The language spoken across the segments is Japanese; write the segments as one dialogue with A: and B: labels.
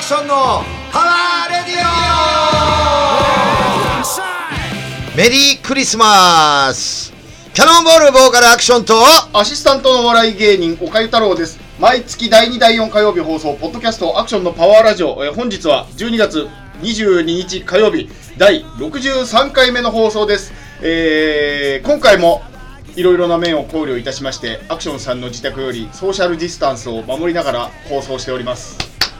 A: ションのパワーレディオメリークリスマスキャノンボールボーカルアクションと
B: アシスタントのお笑い芸人、岡ゆ太郎です。毎月第2、第4火曜日放送、ポッドキャストアクションのパワーラジオ。えー本日は12月22日火曜日、第63回目の放送です。えー今回もいろいろな面を考慮いたしまして、アクションさんの自宅よりソーシャルディスタンスを守りながら放送しております。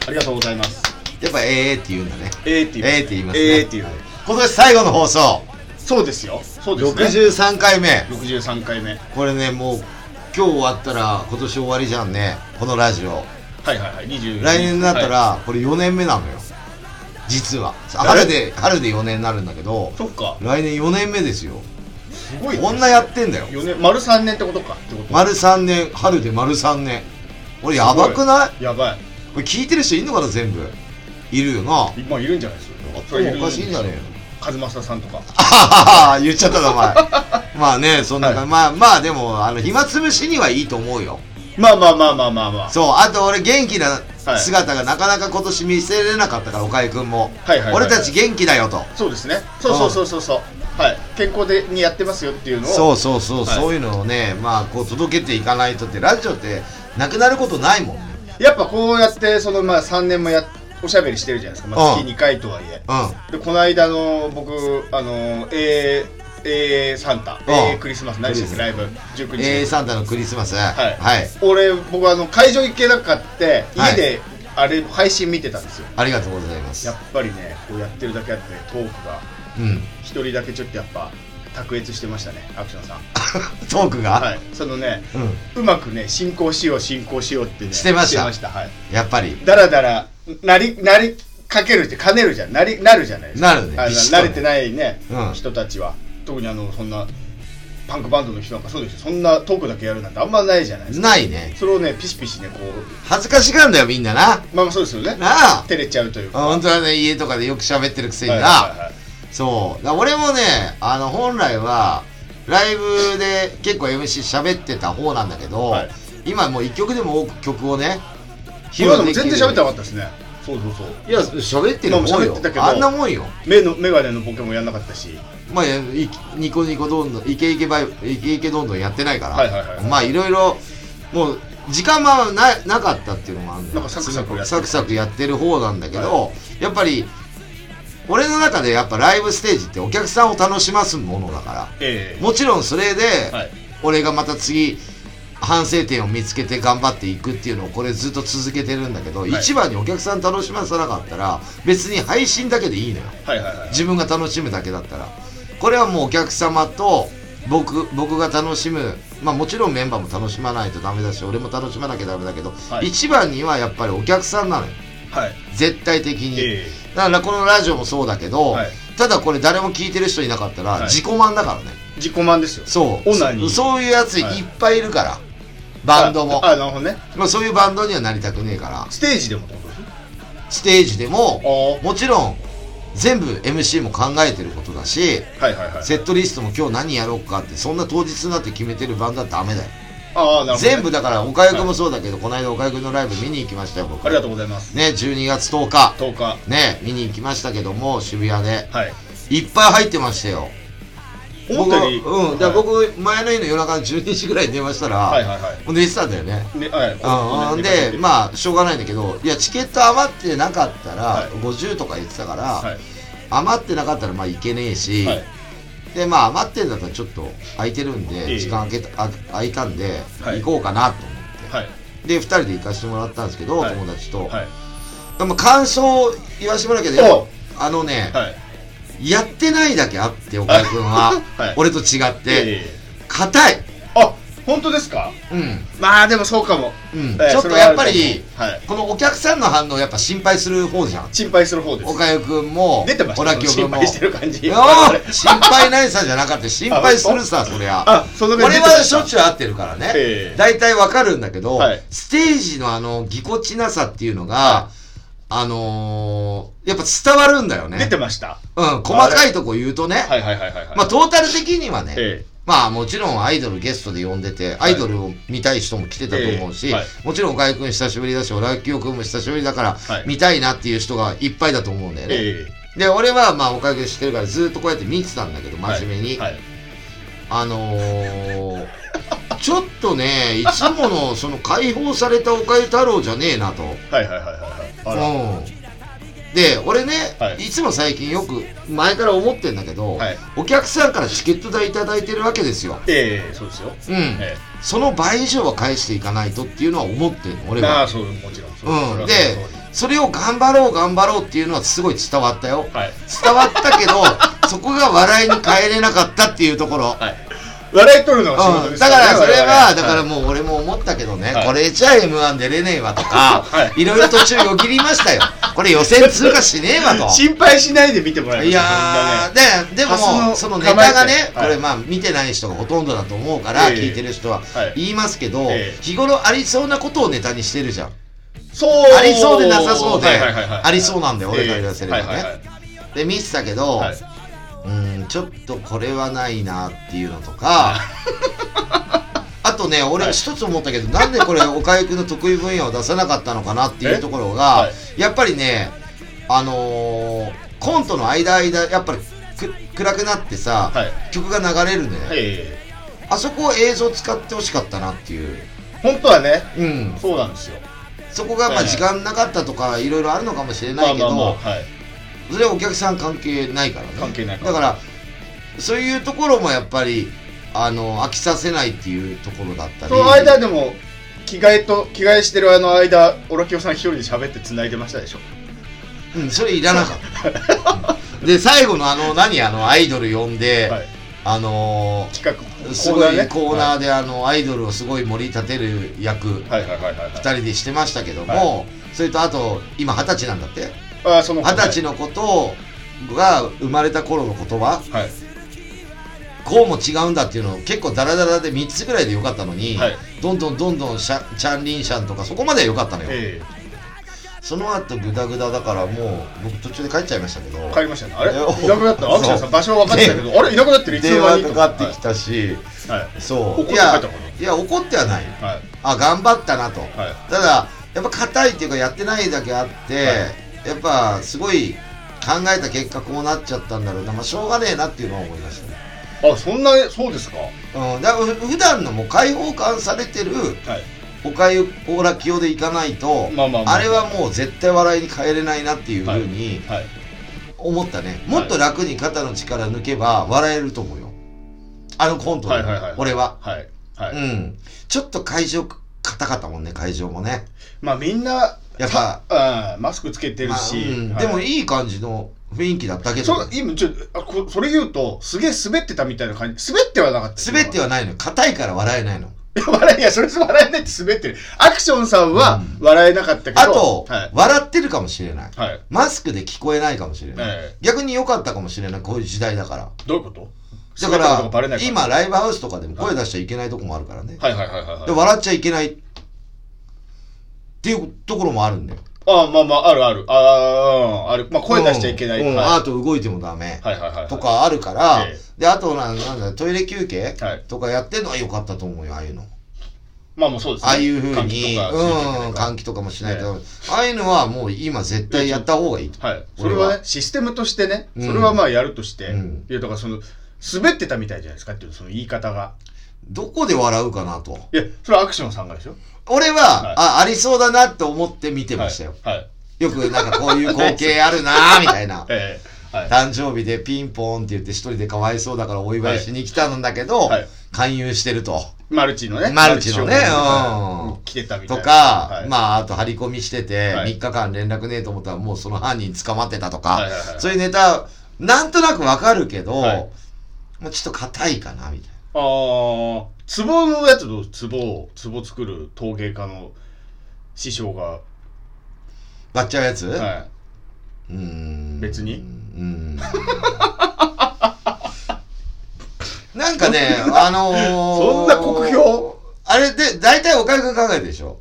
B: ありがとうございます。
A: やっぱええって言うんだね
B: えーって
A: え
B: 言う
A: えって言いますね
B: えーって言う
A: はい今年最後の放送
B: そうですよ。そうですね。
A: 63回目
B: 63回目。はい
A: これねもう今日終わったら今年終わりじゃんねこのラジオ
B: はいはい。20
A: 来年になったら、これ4年目なのよ実は春で春で4年になるんだけど
B: そっか。
A: 来年4年目ですよ
B: すごい、
A: こんなやってんだよ
B: 4年、丸3年ってことか。ってこと
A: 丸3年春で丸3年俺やばくない
B: やばい。
A: これ聞いてる人いんのかな全部いるよな
B: まあいるんじゃないですか。それ
A: おかしいんじゃねえの
B: 和正さんとか。
A: あははは言っちゃったなお前まあねそんな感じ、まあまあでもあの暇つぶしにはいいと思うよ
B: まあまあまあまあまあまあ。
A: そうあと俺元気な姿がなかなか今年見せれなかったから岡井君も、
B: はいはいはい
A: 俺たち元気だよと
B: そうですね。そうそうそうそうそう。はい。健康でにやってますよっていうのを。
A: そうそうそう、
B: はい
A: そういうのをねまあこう届けていかないとってラジオってなくなることないもんね
B: やっぱこうやってそのまあ3年もやおしゃべりしてるじゃないですか。まあ、月2回とはいえ。
A: う
B: でこの間の僕あのえーえーサンタ、えークリスマス何してライブ19
A: ん
B: 日、
A: えー、サンタのクリスマスはい
B: 俺僕あの会場行けなかって
A: はい
B: 家であれ配信見てたんですよ、
A: ありがとうございます
B: やっぱりねこうやってるだけあってねトークが
A: うん
B: 一人だけちょっとやっぱ卓越してましたねアクションさん
A: トークが、
B: はいそのね
A: う
B: うまくね進行しよう進行しようってね
A: してました
B: はい
A: んやっぱり
B: だらだらなりなりかけるってかねるじゃんなりなるじゃないですか
A: なるね
B: あの
A: ビシッと
B: 慣
A: ね
B: れてないね、
A: うん
B: 人たちは特にあのそんなパンクバンドの人なんかそうですよそんなトークだけやるなんてあんまないじゃないですか
A: ないね
B: それをねピシピシねこう
A: 恥ずかしがるんだよみんなな
B: まあまあそうですよね
A: なあ
B: 照れちゃうというか
A: あ本当はね家とかでよく喋ってるくせにな、
B: はいはいはい
A: そうだ俺もねあの本来はライブで結構 MC 喋ってた方なんだけど、
B: はい
A: 今もう一曲でも多く曲をね
B: 今でも全然喋ってなか
A: っ
B: ったですねそうそうそう
A: たいや喋ってるもん
B: まあ
A: よ
B: 喋ってたけど
A: あんなもんよ
B: 目の眼鏡のボケもやんなかったし
A: まあ、いニコニコどんどんイケイケバイイケイケどんどんやってないから、
B: はいはいはい
A: まあいろいろもう時間はななかったっていうのもあるんだよ
B: なんかサクサクやってる
A: サクサクやってる方なんだけど、やっぱり俺の中でやっぱライブステージってお客さんを楽しますものだか
B: え
A: らもちろんそれで、
B: はい
A: 俺がまた次反省点を見つけて頑張っていくっていうのをこれずっと続けてるんだけど、
B: い
A: 一番にお客さん楽しませなかったら別に配信だけでいいのよ
B: はいはいはい
A: 自分が楽しむだけだったらこれはもうお客様と僕僕が楽しむまあもちろんメンバーも楽しまないとダメだし俺も楽しまなきゃダメだけど、
B: はい
A: 一番にはやっぱりお客さんなのよ
B: はい
A: 絶対的に、
B: え
A: だからこのラジオもそうだけど、
B: はい
A: ただこれ誰も聞いてる人いなかった
B: はい
A: ら自己満だからね、
B: え自己満ですよ
A: そう
B: オナニー
A: そそういうやついっ
B: はい
A: ぱいいるから、バンドも
B: ああなるほどね
A: まあ、そういうバンドにはなりたくねえから
B: ステージでもってことですね
A: ステージでも
B: あ
A: もちろん全部 MC も考えてることだし
B: あはいはいはい
A: セットリストも今日何やろうかってそんな当日になって決めてるバンドはダメだよ、
B: ああなるほどね
A: 全部だから岡井君もそうだけど、この間岡井君のライブ見に行きましたよ僕
B: ありがとうございます
A: ね12月10日
B: 10日
A: ね見に行きましたけども渋谷で
B: はい
A: いっぱい入ってましたよ
B: 思
A: 僕
B: ったより
A: うんだから
B: は
A: 僕前の日の夜中の12時ぐらいに電話したら、
B: いはいはい
A: もう寝てたんだよね
B: ねはい
A: うんうんで
B: あ
A: まあしょうがないんだけどいやチケット余ってなかったら、
B: はい
A: 50とか言ってたから、
B: はい
A: 余ってなかったらまあいけねえし、
B: はい
A: でまあ余ってんだったらちょっと空いてるんで、
B: ええ
A: 時間空けたあ空いたんで、
B: はい
A: 行こうかなと思って、
B: はい
A: で2人で行かしてもらったんですけど、
B: はい
A: 友達と、
B: はい
A: でも感想を言わしてもらうけどあのね、
B: はい
A: やってないだけあって岡田君は、
B: はい
A: 俺と違って
B: え
A: 硬い、
B: えあ本当ですか
A: うん
B: まあでもそうかも
A: うん
B: ええ
A: ちょっと
B: それはあ
A: やっ
B: るか
A: ぱ
B: も
A: り
B: はい
A: このお客さんの反応やっぱ心配する方じゃん
B: 心配する方です
A: 岡代君も
B: 出てまし
A: 小
B: た
A: 田清
B: 心
A: 君も
B: 配してる感じ
A: いやー心配ないさじゃなかった心配するさそりゃ
B: あその
A: 俺
B: ぐらい出てま
A: は
B: し
A: したょっちゅう会ってるから
B: え
A: ね
B: え
A: 大体わかるんだけど、
B: はい
A: ステージのあのぎこちなさっていうのが、
B: は
A: あのーやっぱ伝わるんだよね
B: 出てました
A: うん細かいとこ言うとね
B: はいはいはいはいはい
A: まあトータル的にはね、
B: ええ
A: まあもちろんアイドルゲストで呼んでて、アイドルを見たい人も来てたと思う
B: え
A: し、
B: えはい
A: もちろん岡井くん久しぶりだし、小田清くんも久しぶりだから、
B: はい
A: 見たいなっていう人がいっぱいだと思うんだよね。
B: え
A: で、俺はまあおかげしてるからずっとこうやって見てたんだけど、
B: え
A: 真面目に。
B: はいはい
A: あのー、ちょっとね、いつものその解放されたおかゆ太郎じゃねえなと。
B: はいはいはいはいはいあら
A: うん。で、俺ね、
B: はい
A: い、つも最近よく前から思ってんだけど、
B: はい
A: お客さんからチケット代いただいてるわけですよ。
B: ええそうですよ
A: うん。
B: え
A: その倍以上は返していかないとっていうのは思ってるの、
B: え
A: 俺
B: まあ
A: は。
B: そうもちろんそうれは
A: ん。で
B: その通り、
A: それを頑張ろう頑張ろうっていうのはすごい伝わったよ。
B: はい
A: 伝わったけど、そこが笑いに変えれなかったっていうところ。
B: はい笑い取るのが仕事
A: う
B: で
A: ん、
B: す
A: だからそれは、だ
B: 我々
A: からもう俺も思ったけどね、
B: はい
A: これじゃ M1 出れねえわとか、、
B: はい
A: ろいろ途中よぎりましたよ。これ予選通過しねえわ
B: はい
A: と。
B: 心配しないで見てもらいましょう
A: いやー、で、でも
B: ハスの
A: そのネタがね、
B: 構えてはい
A: これまあ見てない人がほとんどだと思うから、
B: ええ
A: 聞いてる人は
B: はい
A: 言いますけど、
B: ええ
A: 日頃ありそうなことをネタにしてるじゃん。
B: そう
A: ありそうでなさそうで
B: はいはいはいはい
A: ありそうなんだよ俺から言わせればね
B: ええはいはいはい
A: で、見てたけど、
B: はい
A: うん、ちょっとこれはないなっていうのとか、あとね、俺
B: はい
A: 一つ思ったけど、なんでこ れ、おかゆくんの得意分野を出さなかったのかなっていうところが、
B: は
A: やっぱりね、あのーコントの間間、やっぱりく暗くなってさ、
B: はい
A: 曲が流れるね、
B: え
A: あそこを映像使ってほしかったなっていう。
B: え本当はね
A: うん、
B: そうなんですよ
A: そこがまあ
B: ええ
A: 時間なかったとかいろいろあるのかもしれな
B: まあ
A: いけ
B: まあまあ
A: ど
B: はい
A: それはお客さん関係ないからね
B: 関係ないから
A: だからそういうところもやっぱりあの飽きさせないっていうところだったり
B: その間でも着替えと着替えしてるあの間オラキオさん一人で喋って繋いでましたでしょ
A: うん、それいらなかった。で、最後のあの、何、あの、アイドル呼んで、
B: はい
A: あの
B: 企画
A: ーすごいコーナ
B: ー
A: ーで、あの、アイドルをすごい盛り立てる役、
B: はいはいはいはいはい
A: 二人でしてましたけども、
B: は
A: それとあと、今二十歳なんだって。
B: あーその
A: 二十歳のことが生まれた頃の言葉、
B: はい
A: こうも違うんだっていうのを結構ダラダラで3つぐらいでよかったのに、
B: はい
A: どんどんどんどんシャチャンリンシャンとかそこまではよかったのよ、
B: え
A: その後グダグダだからもう僕途中で帰っちゃいましたけど
B: え帰りましたねあれ
A: いやお
B: いなくなったアクションさん場所は分かってたけどあれいなくなってるいつ
A: 電
B: の間
A: 話
B: に
A: かかってきたし、
B: はいはい
A: そう
B: 怒って
A: い
B: 帰
A: や
B: ったのか
A: いや怒ってはないよ
B: はい
A: あ頑張ったなと、
B: はい
A: ただやっぱ硬いっていうかやってないだけあって、
B: い
A: やっぱすごい考えた結果こうなっちゃったんだろうなまあしょうがねえなっていうのは思いましたね
B: あそんなそうですかは
A: うん、だからふ普段のもう開放感されてる
B: い
A: おかゆオーラ清でいかないと、
B: まあまあまあ
A: れはもう絶対笑いに変えれないなっていうふうに
B: はい
A: 思ったね、もっと楽に肩の力抜けば笑えると思うよあのコントで、
B: はいはいはい
A: 俺は
B: はいはい
A: うん。ちょっと会場、硬かったもんね、会場もね。
B: まあみんな
A: やっぱ
B: あーマスクつけてるし、
A: まあうん
B: はい
A: でもいい感じの雰囲気だったけど
B: そ、う今ちょあこそれ言うとすげえ滑ってたみたいな感じ滑ってはなかった
A: 滑ってはないのよ。硬いから笑えないの。
B: は笑いいやそれ笑えないって滑ってるアクションさんは笑えなかったけど、
A: あと、
B: はい
A: 笑ってるかもしれない。
B: はい
A: マスクで聞こえないかもしれない。
B: え
A: 逆に良かったかもしれない、こういう時代だから。
B: えどういうこと
A: だか
B: 滑ったことがバレな
A: ら、
B: い
A: 今、ライブハウスとかでも声出しちゃいけないとこもあるからね。
B: はいはいはいはい
A: で
B: はい
A: 笑っちゃいけないっていうところもあるんだよ。
B: ああまあまああるあるあああるまあ声出しちゃいけない、
A: うんうん
B: はい
A: あと動いてもダメ。
B: はいはいはいはい
A: とかあるから、
B: え
A: であとななんだトイレ休憩
B: はい
A: とかやってるのは良かったと思うよああいうの、
B: まあもうそうですね
A: ああいうふう
B: 換
A: に
B: 気とか
A: うん
B: 換
A: 換
B: 気
A: 気とかもしないと、ああいうのはもう今絶対やった方がいいと、
B: はいそれはねシステムとしてねそれはまあやるとして、
A: うん
B: いやだからその滑ってたみたいじゃないですかっていうその言い方が
A: どこで笑うかなと
B: いやそれはアクションさんがでしょ
A: 俺は、
B: はい
A: あありそうだなって思って見てましたよ、
B: はいはい
A: よくなんかこういう光景あるなーみたいな
B: ええ はい
A: 誕生日でピンポーンって言って一人でかわいそうだからお祝いしに来たんだけど、
B: はい
A: 勧誘してると。
B: マルチのね。
A: マルチのね
B: マルチ商法
A: うん
B: 来てたみた
A: と
B: いな。
A: か、
B: はい
A: まあ、あと張り込みしてて、
B: はい
A: 3日間連絡ねえと思ったら、もうその犯人捕まってたとか、
B: はいはいはい
A: そういうネタ、なんとなくわかるけど、
B: はい
A: もうちょっと硬いかな、みたい
B: あー壺のやつと壺を、壺作る陶芸家の師匠が、
A: な。割っちゃうやつ、
B: は
A: うーん。
B: 別に
A: うーん。なんかね、あのー、
B: そんな酷評
A: あれで、大体おかゆくん考えてるでしょ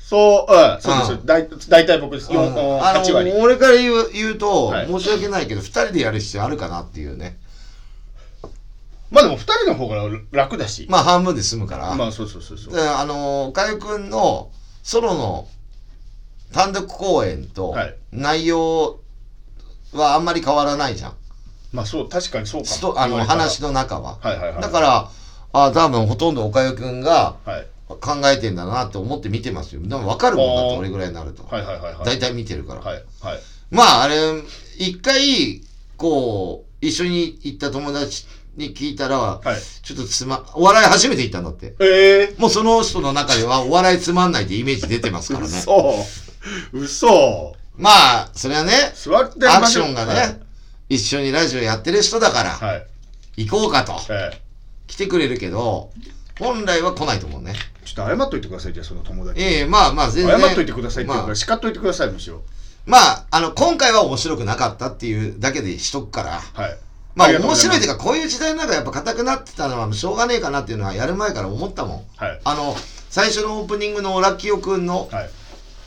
B: い。そう、うん、そうです
A: う
B: よ。大大体僕です。
A: うん
B: 4、
A: あの
B: 8割。
A: 俺から言う言うと、
B: はい
A: 申し訳ないけど、2人でやる必要あるかなっていうね。
B: まあでも二人の方が楽だし。
A: まあ半分で済むから。
B: まあそうそうそうそう。
A: であのー、かゆくんのソロの単独公演と
B: はい
A: 内容はあんまり変わらないじゃん。
B: まあそう、確かにそうかも
A: ストあの
B: 言われたら
A: 話の中は。
B: はいはいはい。
A: だから、あ多分ほとんどおかゆくんが
B: ら、はい、
A: 考えてんだなって思って見てますよ。でも分かるもんだっ
B: あ
A: て
B: ー
A: 俺ぐらいになると。
B: はいはいはいはい。
A: 大体見てるから。
B: はいはい。
A: まああれ、一回、こう、一緒に行った友達に聞いたら、
B: はい。
A: ちょっとつま、お笑い初めて行ったんだって。
B: ええ
A: もうその人の中ではお笑いつまんないってイメージ出てますからね。
B: 嘘。嘘。
A: まあ、それはね、
B: 座って
A: アクションがね、
B: はい。
A: 一緒にラジオやってる人だから、
B: はい
A: 行こうかと。
B: え
A: 来てくれるけど、本来は来ないと思うね。
B: えちょっと謝っといてください、じゃあその友達。
A: ええまあまあ全然。
B: 謝っといてくださいっていう
A: ま
B: か、
A: あ、
B: 叱っといてください、むしろ。
A: まあ、あの、今回は面白くなかったっていうだけでしとくから。
B: はい。
A: まあ、
B: りがとう
A: 面
B: ござ
A: 白いって
B: ま
A: いうか、こういう時代なんかやっぱ硬くなってたのはしょうがねえかなっていうのはやる前から思ったもん。
B: すはい。
A: あの、最初のオープニングのラッキオくんの、
B: はい。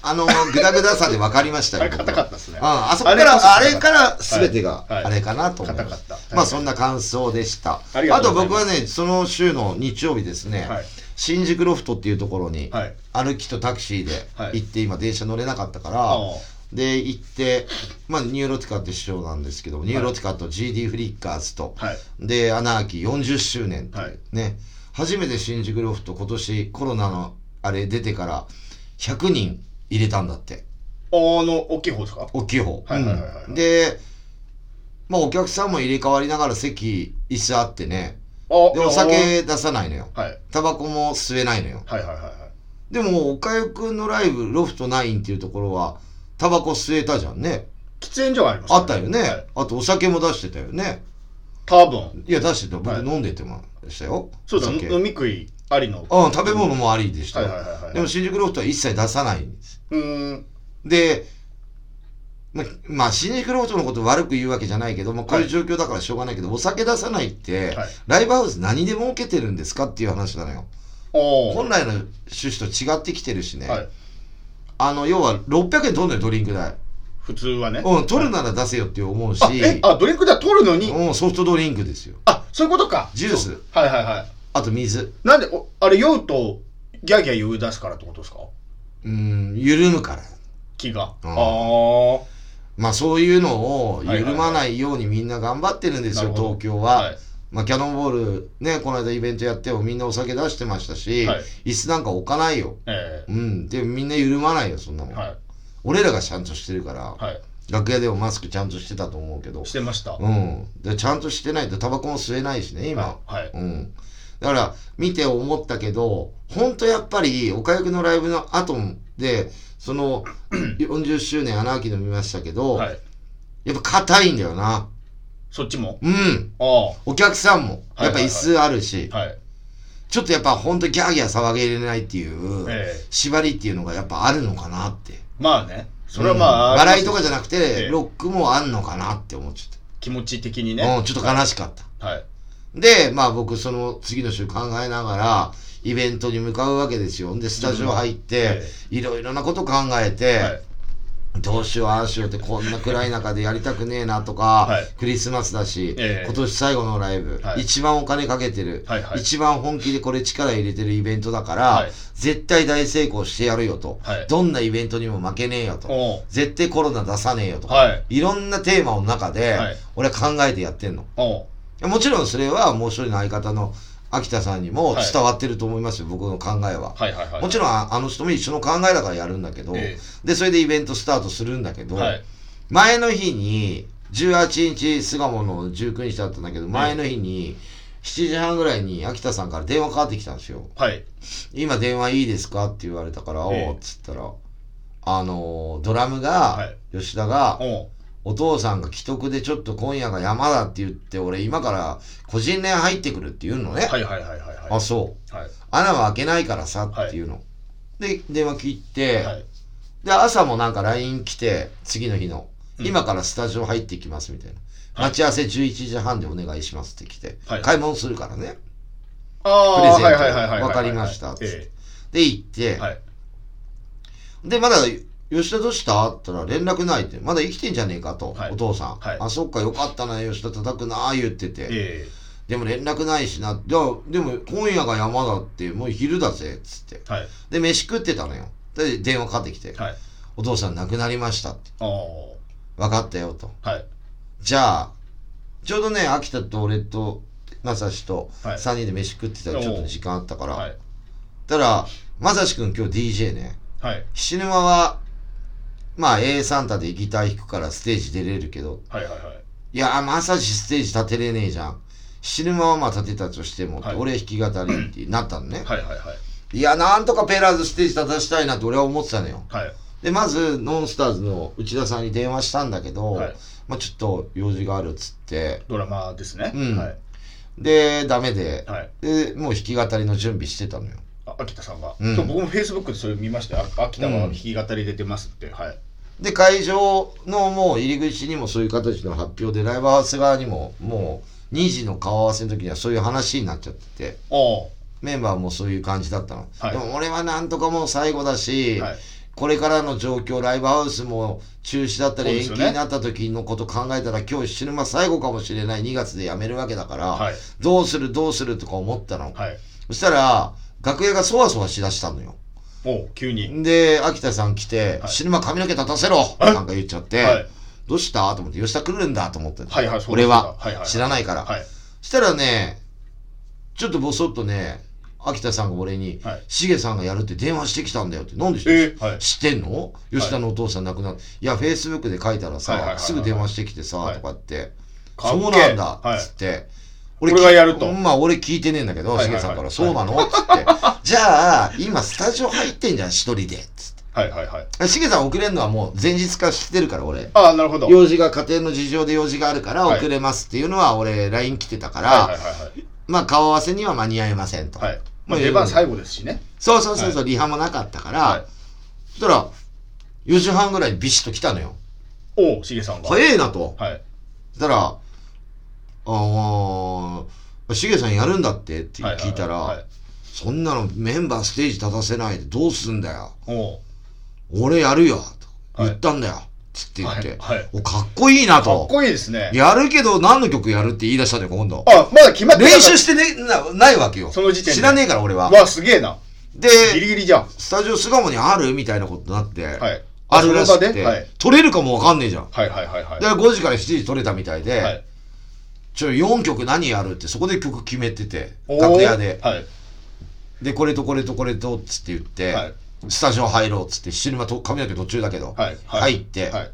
A: あの、グダグダさで分かりました
B: あれ、
A: よ。
B: 硬かったですね。
A: 僕はうん、あそこから、あ
B: あれ
A: れ
B: こ
A: か
B: そ
A: ら全てが
B: はい
A: あれかなと思い
B: 硬
A: ます
B: かった。
A: まあそんな感想でした。
B: ありが
A: あ
B: と
A: と
B: うござい
A: 僕
B: ます
A: はね、その週の日曜日ですね、
B: はい。
A: 新宿ロフトっていうところに、
B: はい。
A: 歩きとタクシーで
B: はい
A: 行って、今電車乗れなかったから、
B: あ
A: で、行って、まあニューロティカって師匠なんですけど、ニューロティカと GD フリッカーズと、
B: はい。
A: で、アナーキー40周年っていう
B: はい
A: ね、初めて新宿ロフト今年コロナのあれ出てから100人入れたんだって。
B: あの、大きい方ですか
A: 大きい方。
B: はいはいはいはい
A: うんで、まあお客さんも入れ替わりながら席、椅子あってね。
B: あ
A: で、お酒出さないのよ。
B: はい。
A: タバコも吸えないのよ。
B: はいはいはいはい。
A: でも、おかゆくんのライブ、ロフト9っていうところは、タバコ吸えたじゃんね。
B: 喫煙所がありました、
A: あったよね。
B: はい
A: あと、お酒も出してたよね。
B: 多分。
A: いや、出してた。僕
B: はい
A: 飲んでてもらしたよ。
B: そうだ、
A: お酒
B: 飲み食いありの。は
A: うん、食べ物もありでし
B: い
A: た
B: はい
A: よ。
B: はいはい。
A: でも、新宿ロフトは一切出さないんです。
B: うーん。
A: で、ま、まあ、新宿ロフトのこと悪く言うわけじゃないけども、こういう状況だからしょうがないけど、お酒出さないって、
B: はい。
A: ライブハウス何で儲けてるんですかっていう話なのよ。
B: おー
A: 本来の趣旨と違ってきてるしね。
B: はい。
A: あの、要は600円取るのよ、ドリンク代。
B: 普通はね。
A: うん、取るなら出せよって思うし、
B: あ、え、あ、ドリンクだ、取るのに。
A: うん、ソフトドリンクですよ。
B: あ、そういうことか。
A: ジュース、
B: はいはいは
A: あと水。
B: い。なんで、おあれ、酔うと、ギャーギャー言う出すからってことですか
A: うん、緩むから。
B: 気が。
A: うん
B: あー。
A: まあそういうのを
B: はいはいはい
A: 緩まないようにみんな頑張ってるんですよ、
B: なるほど
A: 東京は。
B: は
A: まあキャノンボールね、この間イベントやってもみんなお酒出してましたし、
B: はい
A: 椅子なんか置かないよ。
B: い。え
A: うん、でみんな緩まないよ、そんなも
B: え
A: ん。
B: は
A: 俺らがちゃんとしてるから
B: い。、はい。
A: 楽屋でもマスクちゃんとしてたと思うけど
B: し、てました。は
A: うん、でちゃんとしてないとタバコも吸えないしね、
B: い
A: 今。
B: はい。
A: うん。だから、見て思ったけど、ほんとやっぱり、おかゆくのライブの後で、そ の、40周年穴あきの見ましたけど、
B: はい。
A: やっぱ硬いんだよな。
B: そっちも
A: うん。
B: ああ。は
A: お客さんも、
B: はい
A: やっ
B: はい
A: ぱ
B: はい
A: 椅子あるし、
B: い。
A: ちょっとやっぱほんとギャーギャー騒げれないっていう、
B: ええ
A: 縛りっていうのがやっぱあるのかなって。
B: まあね。それはまあ、
A: うん笑いとか
B: ゃ
A: じゃなくて、
B: え
A: ロックもあんのかなって思っちゃっ
B: 気持ち的に
A: た。
B: ね
A: う。ん、ちょっと悲しかった。
B: はい。
A: で、まあ僕、その次の週考えながら、イベントに向かうわけですよ。で、スタジオ入って
B: え、
A: いろいろなこと考え
B: え
A: て、
B: はい。
A: どうしよう、ああしようって、こんな暗い中でやりたくねえなとか、
B: はい
A: クリスマスだし、
B: ええ
A: 今年最後のライブ、
B: はい
A: 一番お金かけてる、
B: はいはい
A: 一番本気でこれ力入れてるイベントだから、
B: はい
A: 絶対大成功してやるよと、
B: はい
A: どんなイベントにも負けねえよと、
B: おう
A: 絶対コロナ出さねえよとか、
B: はい。
A: いろんなテーマの中で、
B: はい
A: 俺は考えてやってんの。
B: おう
A: もちろんそれはもう一人の相方の秋田さんにも
B: はい
A: 伝わってると思いますよ、僕の考えは。
B: はいはいはい。
A: もちろんああの人も一緒の考えだからやるんだけど、
B: え
A: で、それでイベントスタートするんだけど、
B: はい。
A: 前の日に、18日、巣鴨の19日だったんだけど、前の日に、7時半ぐらいに秋田さんから電話かかってきたんですよ。
B: はい。
A: 今電話いいですかって言われたから、お
B: ええ
A: おっつったら、あのー、ドラムが、
B: はい
A: 吉田が、
B: おう
A: お父さんが既得でちょっと今夜が山だって言って、俺今から個人連入ってくるって言うのね。
B: はいはいはいはいはい。
A: あ、そう。
B: はい。
A: 穴は開けないからさっていうの。で、電話切って、
B: はい。
A: で、朝もなんか LINE 来て、次の日の、
B: うん
A: 今からスタジオ入ってきますみたいな。
B: はい
A: 待ち合わせ11時半でお願いしますって来て、
B: はい
A: 買い物するからね。
B: ああ、
A: プレゼント
B: はいはいはいはい。
A: わかりました
B: え
A: で、行って、
B: え。はい。
A: で、まだ、吉田どうしたって言ったら連絡ないって、まだ生きてんじゃねえかと、
B: はい
A: お父さん、
B: はい
A: あ、そっか、よかったな、吉田叩くな、言ってて。
B: え
A: でも連絡ないしな。じゃあ、でも今夜が山だって、もう昼だぜ、つって。
B: はい。
A: で、飯食ってたのよ。で、電話かかってきて、
B: はい。
A: お父さん亡くなりましたって。
B: ああ。
A: 分かったよ、と。
B: はい。
A: じゃあ、ちょうどね、秋田と俺と、まさしと、
B: はい
A: 3人で飯食ってたら、ちょっ
B: お
A: と
B: う
A: 時間あったから。
B: はい。
A: たら、まさしくん今日 DJ ね。
B: はい。
A: 菱沼は、まあ A サンタでギター弾くからステージ出れるけど、
B: はい。はい。
A: いやー、まさしステージ立てれねえじゃん。菱沼はまあ立てたとしても、
B: はい
A: 俺弾き語りってなったのね。
B: はい。はい。はい。はい。
A: いや、なんとかペラーズステージ立たしたいなって俺は思ってたのよ。
B: はい。
A: で、まず、ノンスターズの内田さんに電話したんだけど、
B: はい
A: まあちょっと用事があるっつって、
B: ドラマですね。
A: うん
B: はい。
A: で、ダメで、
B: はい。
A: で、もう弾き語りの準備してたのよ。
B: あ秋田さんが、
A: うん
B: 今日僕もフェイスブックでそれ見ましたよあ秋田は弾き語りで出てますって、はい
A: で、会場のもう入り口にもそういう形の発表で、ライブハウス側にも、もう2時の顔合わせの時にはそういう話になっちゃってて、
B: お
A: メンバーもそういう感じだったの。
B: はい
A: でも俺はなんとかもう最後だし、
B: はい
A: これからの状況、ライブハウスも中止だった
B: そう
A: り
B: で
A: 延
B: す
A: 期
B: よ
A: に
B: ね
A: なった時のこと考えたら、今日死ぬ間最後かもしれない2月で辞めるわけだから、
B: はい
A: どうするどうするとか思ったの。
B: はい
A: そしたら、楽屋がそわそわしだしたのよ。
B: お急に、
A: で、秋田さん来て、
B: はい
A: 死ぬ間髪の毛立たせろなんか言っちゃって、
B: はい
A: どうしたと思って、吉田来るんだと思って、
B: はいはいそう
A: 俺
B: です
A: は、
B: はいはい
A: 知らないから。
B: はい
A: したらね、ちょっとぼそっとね、秋田さんが俺に
B: はい、
A: しげ、さんがやるって電話してきたんだよって、なんで知ってる、
B: えー、はい
A: 知ってんの吉田のお父さん亡くなって、い、や、フェイスブックで書いたらさ、
B: はいはいはいはい
A: すぐ電話してきてさ、
B: はい
A: とかって、
B: か
A: そ
B: っけ
A: う
B: ー
A: なんだ、
B: はい
A: つって。
B: 俺がやると
A: まあ、俺聞いてねえんだけど、
B: は
A: し
B: いはい
A: げさ
B: はい
A: んから、
B: はい
A: そうなのつって。 じゃあ、今、スタジオ入ってんじゃん、一人で。つっ
B: はいはいはい
A: て。しげさん遅れるのはもう前日から知ってるから、俺。
B: ああなるほどはい
A: 用事が、家庭の事情で用事があるから
B: はい
A: 遅れますっていうのは、俺、LINE 来てたから、
B: はいはい
A: まあ、顔合わせには間に合いませんと。
B: はいはいまあ出番最後ですしね
A: そうそうそうそう、リハもなかったから、
B: は
A: そしたら、4時半ぐらいにビシッと来たのよ。
B: いおしげさんがはい
A: 早いなと。
B: はい
A: そしたら、ああ、しげさんやるんだってって聞いた
B: はいはいは
A: ら
B: い、
A: そんなのメンバーステージ立たせないでどうすんだよ。
B: お
A: 俺やるよ。と
B: はい
A: 言ったんだよ。つって言って、
B: はいはい
A: おかっこいいな
B: かっ
A: と。
B: こいいですね
A: やるけど何の曲やるって言い出したのよ、今度。
B: あまだ決まってな
A: 練
B: かった
A: 習して、ね、なないわけよ。
B: その時点で
A: 知らねえから俺は。
B: わあすげえな
A: で、
B: ギリギリじゃん
A: スタジオ巣鴨にあるみたいなことになって、
B: はい
A: あるらしく
B: その場
A: て、
B: ではい
A: 取れるかもわかんねえじゃん。
B: はいはいはいはい
A: で、5時から7時取れたみたいで、
B: はい
A: ちょ、4曲何やるって、そこで曲決めてて、
B: おー
A: 楽屋で。
B: はい
A: で、これとこれとこれと、つって言って、
B: はい
A: スタジオ入ろうっつって、七間と髪の毛途中だけど、
B: はい
A: 入って、
B: はい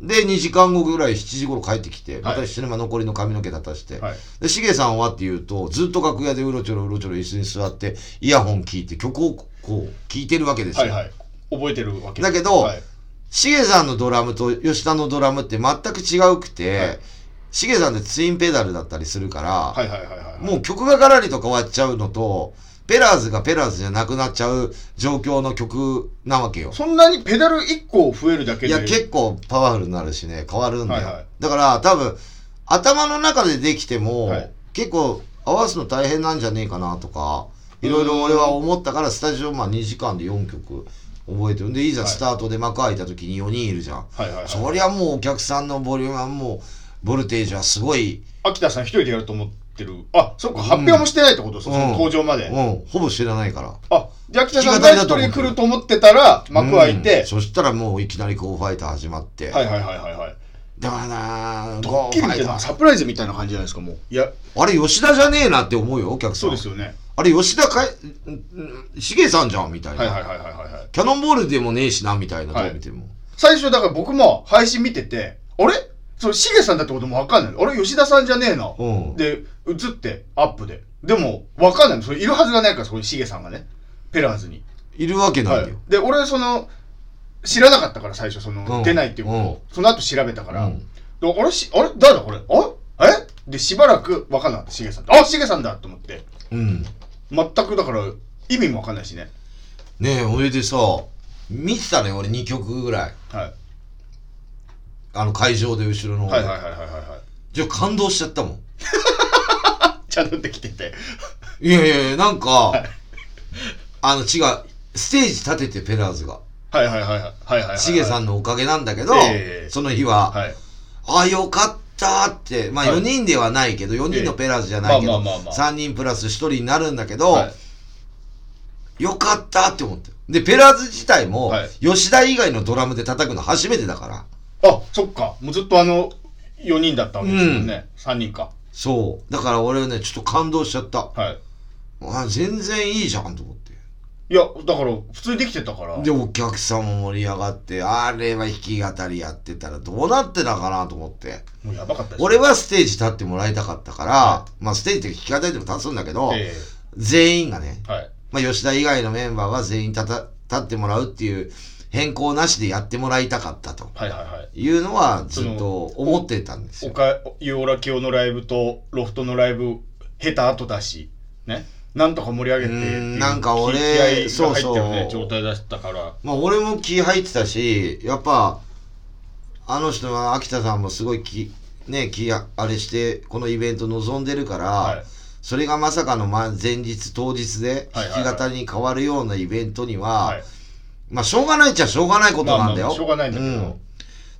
A: で、2時間後ぐらい、7時頃帰ってきて、また
B: はい
A: 七間残りの髪の毛立たして、
B: はい
A: で、しげさんはって言うと、ずっと楽屋でうろちょろうろちょろ椅子に座って、イヤホン聞いて、曲をこう、聞いてるわけですよ。
B: はいはい覚えてるわけ
A: だけど
B: はい
A: しげさんのドラムと吉田のドラムって全く違うく
B: はい
A: て、しげ、さんってツインペダルだったりするから、
B: はいはいはいはい
A: もう曲がガラリと変わっちゃうのと、ペラーズがペラーズじゃなくなっちゃう状況の曲なわけよ。
B: そんなにペダル1個増えるだけで
A: いや、結構パワフルになるしね、変わるんだよ。
B: はいはい
A: だから多分、頭の中でできても、
B: はい
A: 結構合わすの大変なんじゃねえかなとか、いろいろ俺は思ったから、スタジオまあ2時間で4曲覚えてるんで、いざ
B: はい
A: スタートで幕開いた時に4人いるじゃん。
B: はいはいはい
A: そりゃもうお客さんのボリュームはもう、ボルテージはすごい、
B: 秋田さん一人でやると思ってるあそっか発表もしてないってことです、
A: うん
B: その登場まで、
A: うん、ほぼ知らないから。
B: あじゃあ秋田さんが一人で来ると思ってたら幕開い
A: うん
B: て、
A: そしたらもういきなりゴーファイター始まって。
B: はいはいはいはいはい
A: だからな
B: ドッ
A: ゴ
B: キ
A: ー
B: リ
A: フ
B: み
A: ァ
B: た
A: イ
B: い
A: タ
B: な
A: ー。
B: サプライズみたいな感じじゃないですかもういや
A: あれ、吉田じゃねえなって思うよ、お客さん。
B: そうですよね
A: あれ、吉田かい、しげさんじゃん、みたいな。
B: はいはいはいはいはいはい
A: キャノンボールでもねえしな、みたいな、
B: はい
A: どう見ても。
B: 最初だから僕も配信見ててあれそれしげさんだってことも分かんないあれ吉田さんじゃねえな、
A: うん。
B: で映ってアップででも分かんないそれいるはずがないからそこにしげさんがねペラーズに
A: いるわけないよ。
B: はい、で俺その知らなかったから最初その、
A: うん
B: 出ないっていうことを、その後調べたから、
A: うん
B: であれしあれ誰だこれあれえでしばらく分かんなかったしげさんあしげさんだと思って
A: うん。
B: 全くだから意味も分かんないしね
A: ねえ、ほいでさ、見てたのよ、俺2曲ぐらい。
B: はい
A: あの、会場で後ろの方
B: はい
A: で。
B: はいはいはいはいは
A: じゃあ感動しちゃったもん。
B: いちゃんとできてて
A: いやいやいや、なんか、あの、違う。ステージ立てて、ペラーズが。
B: はいはいはいはいはいはいはい
A: しげさ
B: ん
A: んのおかげなんだけど、
B: ええ
A: その日は、
B: はい
A: あ、よかっったって、まあ
B: はい
A: 4人ではないけど、4人のペラーズじゃないけ
B: まあ
A: ど、
B: まあまあまあ
A: 3人プラス1人になるんだけど、
B: はい
A: よかったって思って。で、ペラーズ自体も
B: はい、
A: 吉田以外のドラムで叩くの初めてだから。
B: あそっかもうずっとあの4人だったわけですもんね、三3人か
A: そう。だから俺はね、ちょっと感動しちゃった。
B: はい
A: あ全然いいじゃんと思って。
B: いやだから普通にできてたから
A: で、お客さんも盛り上がって、あれは弾き語りやってたらどうなってたかなと思って。
B: もうやばかったです
A: 俺はステージ立ってもらいたかったから、まあステージって弾き語りでも立つんだけど、
B: え
A: 全員がね、
B: えはい
A: まあ吉田以外のメンバーは全員立た立ってもらうっていう変更なしでやってもらいたかったと
B: はいはいはい
A: いうのはずっと思ってたんです
B: お
A: よ。
B: かユーオラ教のライブとロフトのライブ経た後だしねなんとか盛り上げてっていう
A: うーんなんか俺
B: 気合いが入ったよね
A: そうそう
B: 状態だったから
A: まあ俺も気入ってたし、やっぱ、あの人は秋田さんもすごい気、ね、気ああれして、このイベント望んでるから、
B: はい
A: それがまさかのま前日当日で
B: はいはいは
A: 弾
B: い
A: き語りに変わるようなイベントには、
B: はい
A: まあしょうがないっちゃしょうがないことなんだよ。
B: まあまあしょうがないんだけど
A: うん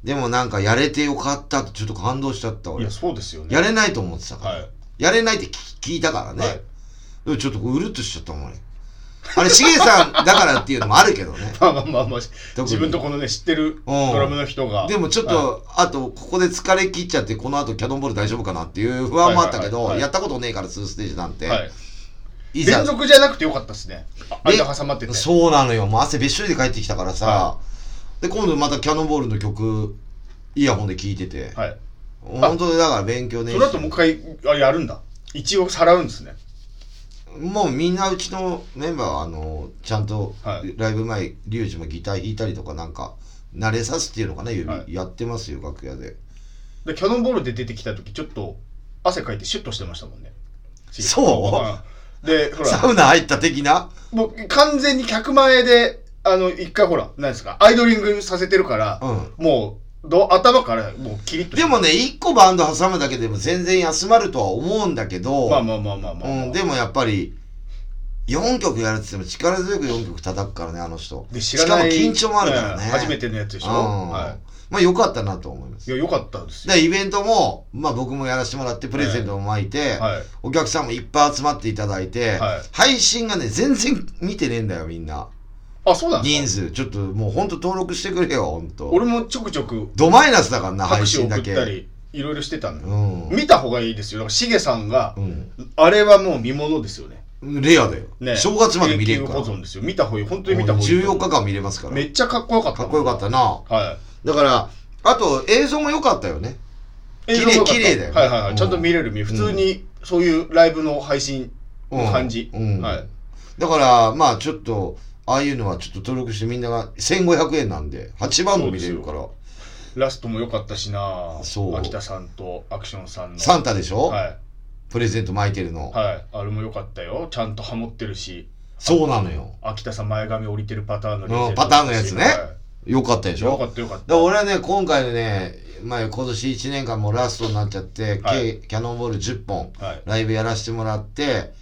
A: でもなんかやれてよかったってちょっと感動しちゃった
B: い
A: 俺
B: や。そうですよね
A: やれないと思ってたから。
B: はい
A: やれないって聞聞いたからね。
B: はい
A: でもちょっとこううるっとしちゃったもん俺。あれ、しげさんだからっていうのもあるけどね。
B: まあまあまあまあ
A: に
B: 自分とこのね知ってるドラムの人が
A: でもちょっ
B: は
A: と、あと、ここで疲れ切っちゃって、この後キャノンボール大丈夫かなっていう不安もあったけ
B: はいはいはい
A: ど、
B: はい
A: やったことねえから、2ステージなんて。
B: いはい
A: いざ
B: 連続じゃなくてよかったですねあ
A: で
B: 間挟まってて
A: そうなのよ。もう汗びっしょりで帰ってきたからさ、
B: は
A: で、今度またキャノンボールの曲、イヤホンで聴いてて、
B: はい
A: 本当にだから勉強ね
B: その後もう一回あやるんだ一応さらうんですね
A: もうみんなうちのメンバーはあのちゃんと
B: はい
A: ライブ前、リュウジもギター弾いたりとかなんか慣れさすっていうのかな指、
B: はい
A: やってますよ楽屋で
B: でキャノンボールで出てきた時ちょっと汗かいてシュッとしてましたもんね
A: そう
B: でほ
A: サ
B: ら
A: ウナ入った的な
B: もう完全に客前であの一回ほら何ですかアイドリングさせてるから、
A: う
B: もうど頭からもうキリッと
A: でもね一個バンド挟むだけでも全然休まるとは思うんだけど、
B: まあまあまあまあまあ、
A: うん、でもやっぱり4曲やるって言っても力強く4曲叩くからねあの人
B: で
A: し
B: 知ら
A: かも
B: ない
A: 緊張もあるからね、
B: うん初めてのやつでしょ、
A: うん
B: は
A: まあよかったなと思いま
B: い、い
A: す
B: やよかったですよ
A: でイベントも、まあ、僕もやらせてもらってプレゼントも巻いて、
B: はい
A: お客さんもいっぱい集まっていただいて、
B: はい
A: 配信がね全然見てねえんだよみんな
B: あそうなんです
A: 人数
B: か
A: ちょっともうほんと登録してくれよほんと
B: 俺もちょくちょく
A: ドマイナスだからな配
B: 拍手を
A: 信
B: 送
A: だ
B: っ
A: け
B: たりいろいろしてたんで、
A: うん、
B: 見た方がいいですよだからしげさんが、
A: うん
B: あれはもう見ものですよね
A: レアだよ、
B: ね
A: 正月まで見れるから
B: 永久保存ですよ見た方がいい本当に見た方がいい
A: 14日間見れますから
B: めっちゃかっこよかった
A: かっこよかったな
B: たはい
A: だからあと映像も良かったよね綺麗
B: 映像も良かった
A: 綺麗だよね
B: はいはいは
A: う
B: い
A: ん
B: ちゃんと見れる見普通にそういうライブの配信の感じ、
A: うんうん
B: はい
A: だからまあちょっとああいうのはちょっと登録してみんなが1500円なんで8番も見れるから
B: ラストも良かったしな
A: そう
B: 秋田さんとアクションさんの
A: サンタでしょ、
B: はい
A: プレゼント巻いてるの、
B: はいあれも良かったよちゃんとハモってるし
A: そうなのよ
B: 秋田さん前髪降りてるパターンの
A: うんパターンのやつね
B: は
A: 良かったで
B: い
A: し
B: よ
A: ょ
B: かったよかっ
A: で
B: た
A: 俺はね今回でね、まあ、今年1年間もうラストになっちゃって、
B: はい
A: 計キャノンボール10本
B: はい
A: ライブやらせてもらって、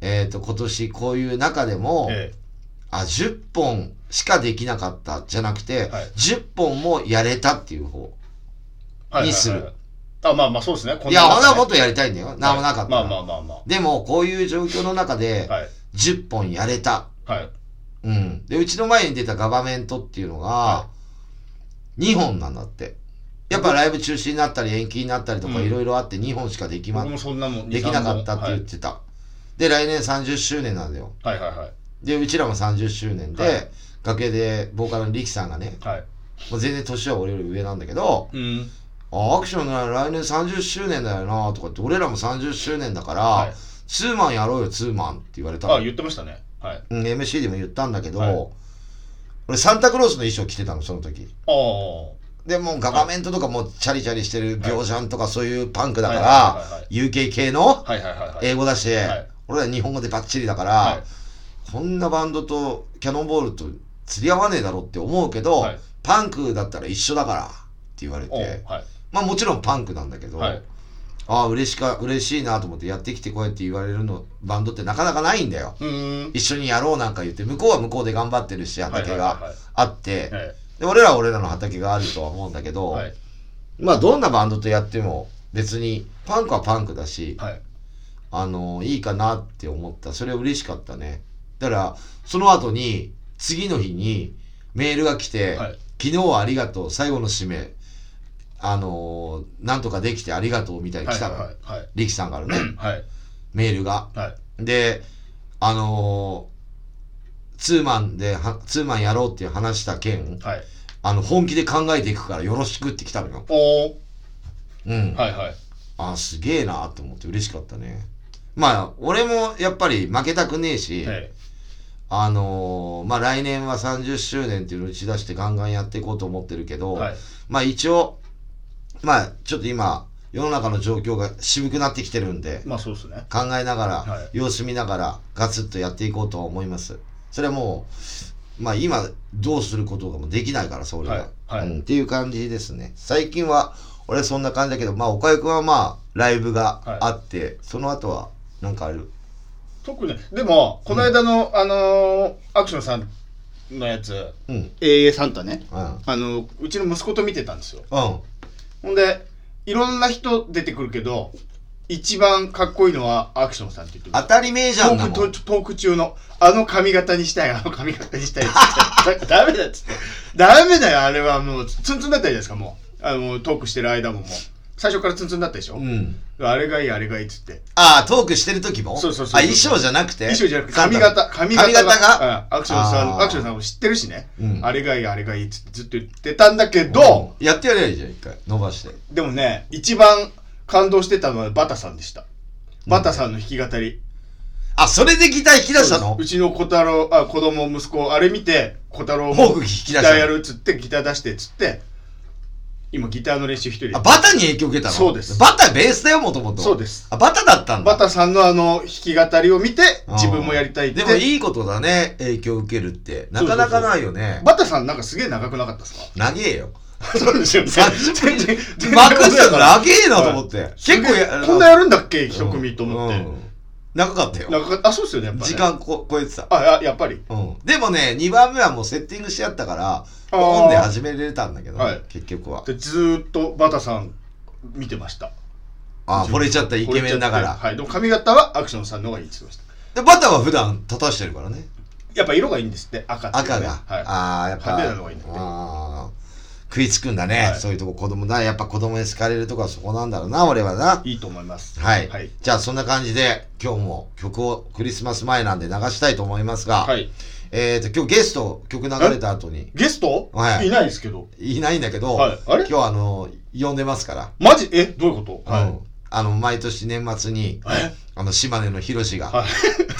A: えー、と今年こういう中でも、
B: え
A: あ10本しかできなかったじゃなくて、
B: はい
A: 10本もやれたっていう方
B: えはい
A: にす
B: はい
A: る
B: はいあまあまあそうですねこ
A: いやほんならもっ
B: と
A: とやりたいんだよ何もなかったら、
B: まあまあまあま
A: でもこういう状況の中で
B: あはい
A: 10本やれた、
B: はい
A: うん、でうちの前に出たガバメントっていうのが
B: は
A: 2本なんだってやっぱライブ中止になったり延期になったりとか
B: うん
A: いろいろあって2本しかでき,、ま
B: 僕もそんなもん
A: できなかったって言ってた、で来年30周年なんだよ
B: はいはいはい
A: でうちらも30周年で、
B: はい
A: 楽屋でボーカルのリキさんがね
B: はい
A: もう全然年は俺より上なんだけど
B: うん
A: あアクションなら来年30周年だよなとかって俺らも30周年だから、
B: はい
A: ツーマンやろうよツーマンって言われたの
B: あ言ってましたねはい
A: うん、MC でも言ったんだけど、
B: はい
A: 俺サンタクロースの衣装着てたのその時
B: ああ
A: でもうガバメントとかもうチャリチャリしてる秒ジャンとかそういうパンクだか
B: はいはいはいは
A: ら UK 系の
B: はいはいはいはい。
A: 英語だし、
B: はい
A: 俺ら日本語でバッチリだから、
B: は
A: こんなバンドとキャノンボールと釣り合わねえだろって思うけど、
B: はい
A: パンクだったら一緒だからって言われ
B: お
A: て
B: はい。
A: まあもちろんパンクなんだけど、
B: はい。
A: ああ嬉しか嬉しいなと思ってやってきてこうやって言われるのバンドってなかなかないんだよ
B: うーん。
A: 一緒にやろうなんか言って向こうは向こうで頑張ってるし
B: はい
A: 畑
B: はい
A: が
B: は
A: あって
B: いはい。
A: で俺らは俺らの畑があるとは思うんだけど、
B: はい。
A: まあどんなバンドとやっても別にパンクはパンクだし、
B: はい
A: あのいいかなって思ったそれ嬉しかったねだからその後に次の日にメールが来て「
B: はい
A: 昨日はありがとう最後の締めあのなんとかできてありがとう」みたいに
B: はい
A: 来たの、
B: はいはい
A: 力さんからね
B: はい
A: メールが
B: はい
A: であのツーマンではツーマンやろうっていう話した件
B: はい
A: あの本気で考えていくからよろしくって来たのよ
B: おー
A: うん、
B: はいはい
A: あすげえなと思って嬉しかったねまあ俺もやっぱり負けたくねえし、
B: え
A: あのーまあ来年は30周年っていうのを打ち出してガンガンやっていこうと思ってるけ
B: え
A: ど、
B: はい
A: まあ一応まあちょっと今世の中の状況が渋くなってきてるんで
B: まあそうですね
A: 考えながら、
B: はい
A: 様子見ながらガツッとやっていこうとは思いますそれはもうまあ今どうすることがもうできないからそれは、
B: はいはい
A: うん、っていう感じですね最近は俺はそんな感じだけどまあ岡井くんはまあライブがあって、その後はなんかある
B: 特にでもこの間の、あのーアクションさんのやつ
A: うんうん
B: AA サンタね
A: うん
B: あのうちの息子と見てたんですよほんでいろんな人出てくるけど一番かっこいいのはアクションさんって言ってま
A: 当
B: す
A: たり名じ
B: ト
A: ゃんな
B: ー
A: も
B: ク
A: ん
B: トトーク中のあの髪型にしたいあの髪型にしたいっつって ダメだっつってダメだよあれはもうツンツンだったじゃないですかもうあのトークしてる間ももう最初からツンツンだったでしょ、
A: うん
B: あれがいいあれがいいっつって
A: ああトークしてる時も
B: そうそうそう
A: あ衣装じゃなくて
B: 衣装じゃなくて
A: サン
B: 髪
A: タ
B: 型髪型が
A: 髪型が
B: うんアクションさ
A: あ
B: ん
A: ー
B: アクションさんも知ってるしね、
A: うん
B: あれがいいあれがいいっつってずっと言ってたんだけど、
A: うんやってやればいいじゃん一回伸ばして
B: でもね一番感動してたのはバタさんでしたバタさんの弾き語り、
A: あそれでギター引き出したの
B: うちの小太郎あ子供息子あれ見て小太郎
A: フォーク弾き出
B: ギ
A: した
B: タ
A: の
B: ーやるっつってギター出してっつって今ギターの練習一人で
A: あ、バタに影響受けたの
B: そうです
A: バタベースだよ、もともと。
B: そうです。
A: あ、バタだったんだ。
B: バタさんのあの弾き語りを見て自分もやりたいって
A: でもいいことだね、影響受けるって。なかなかないよね。
B: バタさんなんかすげえ長くなかったですか
A: 長えよ。
B: そうですよね。 全然
A: 幕下が長えなと思って。結構や、
B: こんなや
A: る
B: るんだっけ一組と思って。。
A: 長かったよ。
B: なんか、あ、そうですよね、やっぱり
A: 時
B: ね。
A: 間こ超えてた。
B: あ、あやっぱり。
A: うん。でもね、2番目はもうセッティングしてあったから、
B: あー
A: オンで始めれたんだけど
B: はい、
A: 結局は。
B: でずーっとバタさん見てました。
A: あー、惚れちゃったイケメンだか
B: これちゃって
A: ら。
B: はい。でも髪型はアクションさんの方がいいって言ってました。
A: で、バタは普段立たしてるからね。
B: やっぱ色がいいんですって、赤っていうね
A: 赤が、
B: は
A: ああやっぱ
B: 派手なのがいいんだって
A: あー食いつくんだね、
B: はい。
A: そういうとこ子供だやっぱ子供に好かれるとこはそこなんだろうな俺はない
B: いいと思います。
A: はい、
B: はい。
A: じゃあそんな感じで今日も曲をクリスマス前なんで流したいと思いますが、
B: はい。
A: えー、と今日ゲスト曲流れた後に
B: ゲスト
A: はい
B: いないですけど。
A: いないんだけど、
B: はいあれ
A: 今日あの呼んでますから、
B: マジえ、どういうこと
A: う
B: は
A: んあの毎年年末に
B: え
A: あの島根のヒロシが
B: は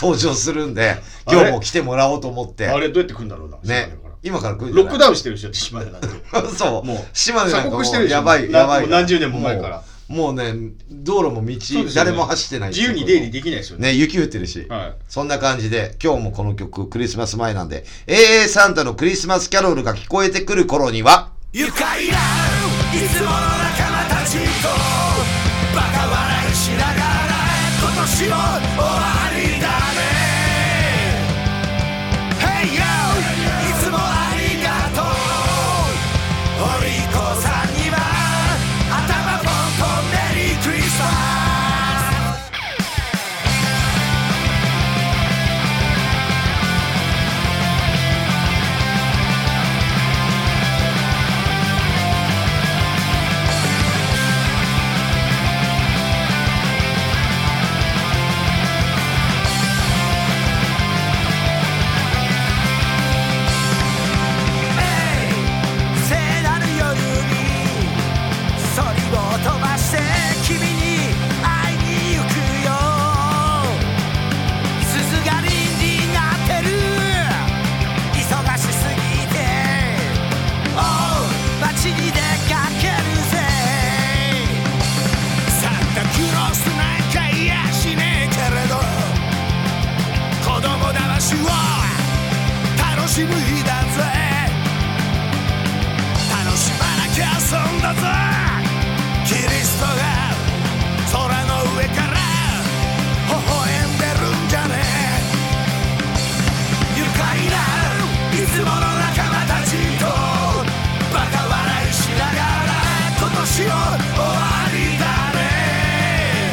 A: 登場するんで 今日も来てもらおうと思っ
B: い。あ
A: て
B: れどうやって来るんだろうな。
A: ね今から来るんじゃ
B: ロ
A: な
B: ッ
A: い
B: クダウンしてる人って島根なんて。
A: そう。
B: もう
A: 島根なんかも
B: 鎖国してる
A: う
B: でしょ
A: やばい、
B: な
A: やばい。
B: もう何十年も前から
A: もう。もうね、道路も道
B: そうで、すよね
A: 誰も走ってない。
B: 自由に出入りできないですよね。
A: ね、雪降ってるし。
B: はい。
A: そんな感じで、今日もこの曲、クリスマス前なんで、AA サンタのクリスマスキャロルが聞こえてくる頃には、
C: 愉快ないつもの仲間たちとバカ笑いしながら今年も終わりだね Hey yo いつもありがとうお利口さんには頭ポンポンメリークリスマス聖なる夜にそりを飛ばして君に会いに行くよ鈴が凛になってる忙しすぎて Oh 街に出かけるぜサンタクロースなんかいやしねえけれど子供だましを楽しむ日だぜ楽しまなきゃ損だぞキリストが空の上から微笑んでるんじゃねえ愉快ないつもの仲間たちとバカ笑いしながら今年を終わりだね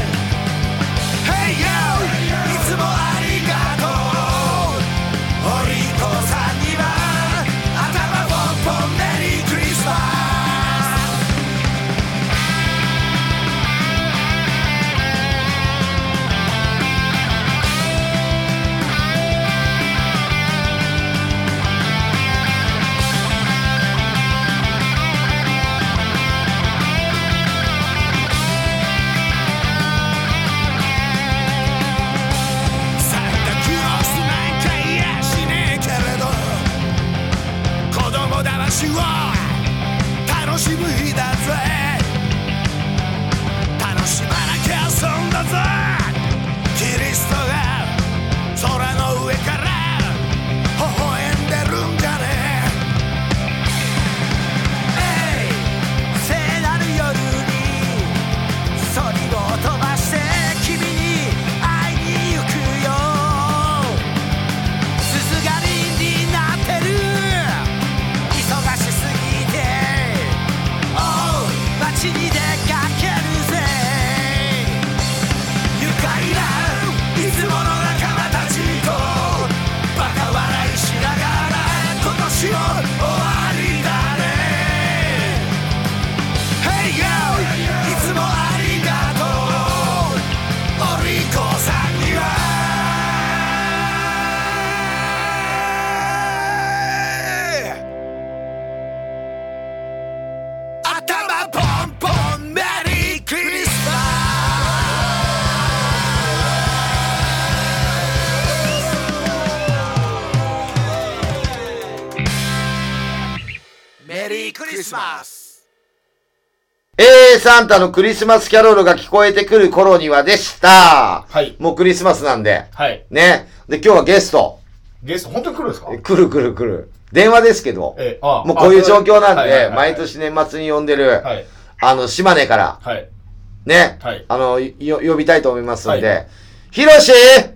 C: 週を楽しむ日だぜ楽しまなきゃ損だぜキリストが空の上から微笑んでるんじゃねえ「聖なる夜に」「そりを飛ばして君に会いに行くよ」「鈴がりになってる」「忙しすぎて」「おう街に出かけるぜ」「愉快ないつもの仲間たちと」「バカ笑いしながら今年も終わりだね」Hey yo! いつもありがとうお利口さんには頭ポンポンメリークリスマスメリークリスマス
A: えー、サンタのクリスマスキャロルが聞こえてくる頃にはでした。
B: はい
A: もうクリスマスなんで。
B: はい。
A: ね。で、今日はゲスト。
B: ゲスト、本当に来るんですか
A: え来る来る来る。電話ですけど。
B: ええああ
A: もうこういう状況なん
B: はいはいはいは
A: で、
B: い
A: 毎年年末に呼んでる、
B: はい。
A: あの、島根から、
B: はい。
A: ね。
B: はい
A: あの、よ、呼びたいと思いますん
B: は
A: で。ひろし
D: どうも、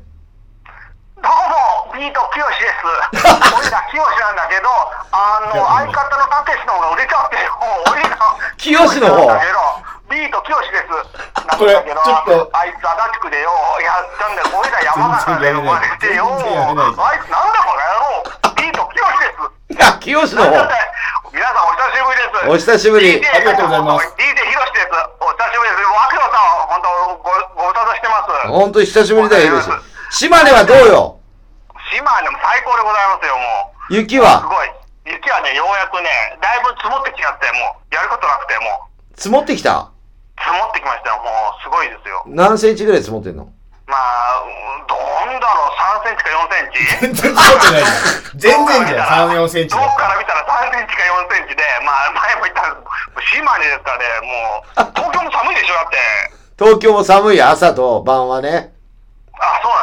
D: ビートきよし です。俺らきよしなんだけど、あの、相方のたけしの方が売れちゃってる。もう俺ら、
A: きよしの方
D: なんだけど、ビートきよしです。なん
B: これ
D: だけど、
B: ちょっと
D: あいつ足立区でよ、やったんだよ。俺ら山形で生まれてよ。
B: 全然やれない
D: あいつなんだこの野郎。ビートきよしで す。
A: あ、きよしの
D: 皆さ
A: 方
D: ん。、お久しぶりで
A: お
D: す。
A: 久しぶり
B: あり
D: DJ
B: がとうございます
D: DJ ひろしです。お久しぶりです。もう、秋野さん、本当ご、ご無沙汰してます。
A: ほんと久しぶりだよ、ひろし
D: お願いし。
A: 島根はどうよ
D: 島根も最高でございますよ、もう。
A: 雪
D: す
A: は
D: ごい。雪はね、ようやくね、だいぶ積もってきちゃって、もう、やることなくて、もう、
A: 積もってきた
D: 積もってきましたよ、もう、すごいですよ。
A: 何センチぐらい積もってんの
D: まあ、うんどんだろう、3センチか4センチ
B: 全然違ってない。全然じゃん。3、4センチ
D: どっから見たら3センチか4センチで、まあ、前も言ったんです島根ですからね、もう、東京も寒いでしょ、だって。
A: 東京も寒いよ、朝と晩はね。
D: あ、そう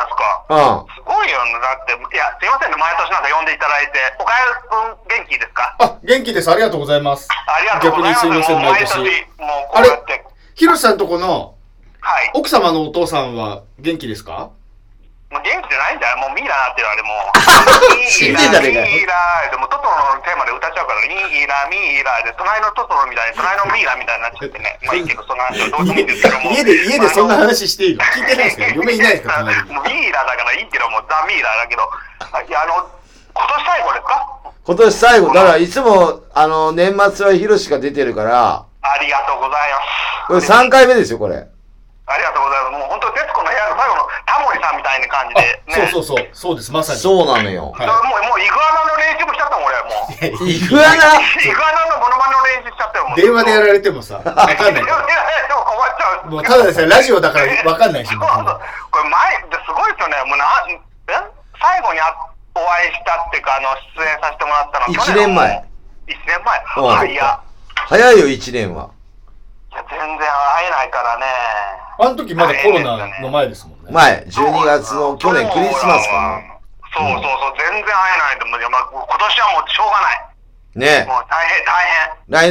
D: なんです
A: うん。
D: か。すごいよね、だって、いや、すいませんね、毎年なんか呼んでいただいて。おかゆくん、元気ですか
B: あ、元気です。ありがとうございます。
D: ありがとうございます。
B: 逆にすいません
D: もう毎
B: 毎
D: 年
B: 年、
D: もうこうやって。
B: ひろしさんとこの
D: はい。
B: 奥様のお父さんは元気ですか
D: もう元気じゃないんだよ。もうミイラーっていうのはあ れもう。
A: 死んでんじゃねえかよ
D: ミイラーでもうトトロのテーマで歌っちゃうから、ミイラー、ミイラーで、隣のトトロみたいに、隣のミイラーみたいになっちゃっ てね。まあいいけど、その話はどうでもいいんですけども。
B: 家で、家でそんな
D: まあ
B: 話していいの聞いてないですけど、嫁いないですか隣に
D: もうミイラーだからいいけど、もうザ・ミイラーだけど。あいや、あの、今年最後ですか
A: 今年最後、だからいつも、あの、年末はヒロシが出てるから、
D: ありがとうござい
A: これ
D: ます。
A: 3回目ですよ、これ。
D: ありがとうございます。もう本当、徹子の部屋の最後のタモリさんみたいな感じで、
B: あ、
D: ね。
B: そうそうそう。そうです、まさに。
A: そうなのよ。
B: はい
D: もう、もう、イグアナの練習もしちゃったもん、俺、もう。イ
A: イグアナ
D: グアナのモノマネの練習しちゃったよ、もう。
B: 電話でやられてもさ、わかんない
D: 電。話でやられても困っちゃう。
B: もうただでさえラジオだからわかんないし
D: そうそうこれ前、すごいですよね。もうな、え最後にあお会いしたっていうか、あの、出演させてもらったのは
A: 一年前。
D: 1年前。
A: うん
D: あ、いや、
A: 早いよ、1年は。
D: いや、全然会えないからね。
B: あの時まだコロナの前ですもんね。
A: 前、12月の去年クリスマスか
D: そうそうそう、全然会えないと思うよ。まあ、今年はもうしょうがない。
A: な。ね
D: もう大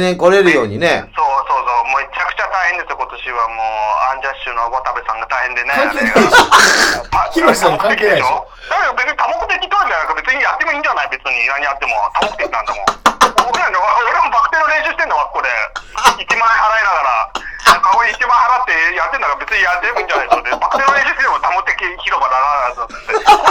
A: 来
D: 変、大変。
A: 年来れるようにね。
D: そうそうそう、もうめちゃくちゃ大変ですよ、今年はもう、アンジャッシュの渡部さんが大変でね。
B: 関係ないでし
D: あれが
B: ヒロシさんも関係ないでしょ。
D: だけど別に多目的トイレなんか別にやってもいいんじゃない別に何やっても。多目的なんだもん。僕らの俺もバク転の練習してんだわ、ここで。1万円払いながら。カゴに1万円払ってやってんだから別にやってもいいんじゃないですか。でバク転の練習しても多目的広場だなと思っ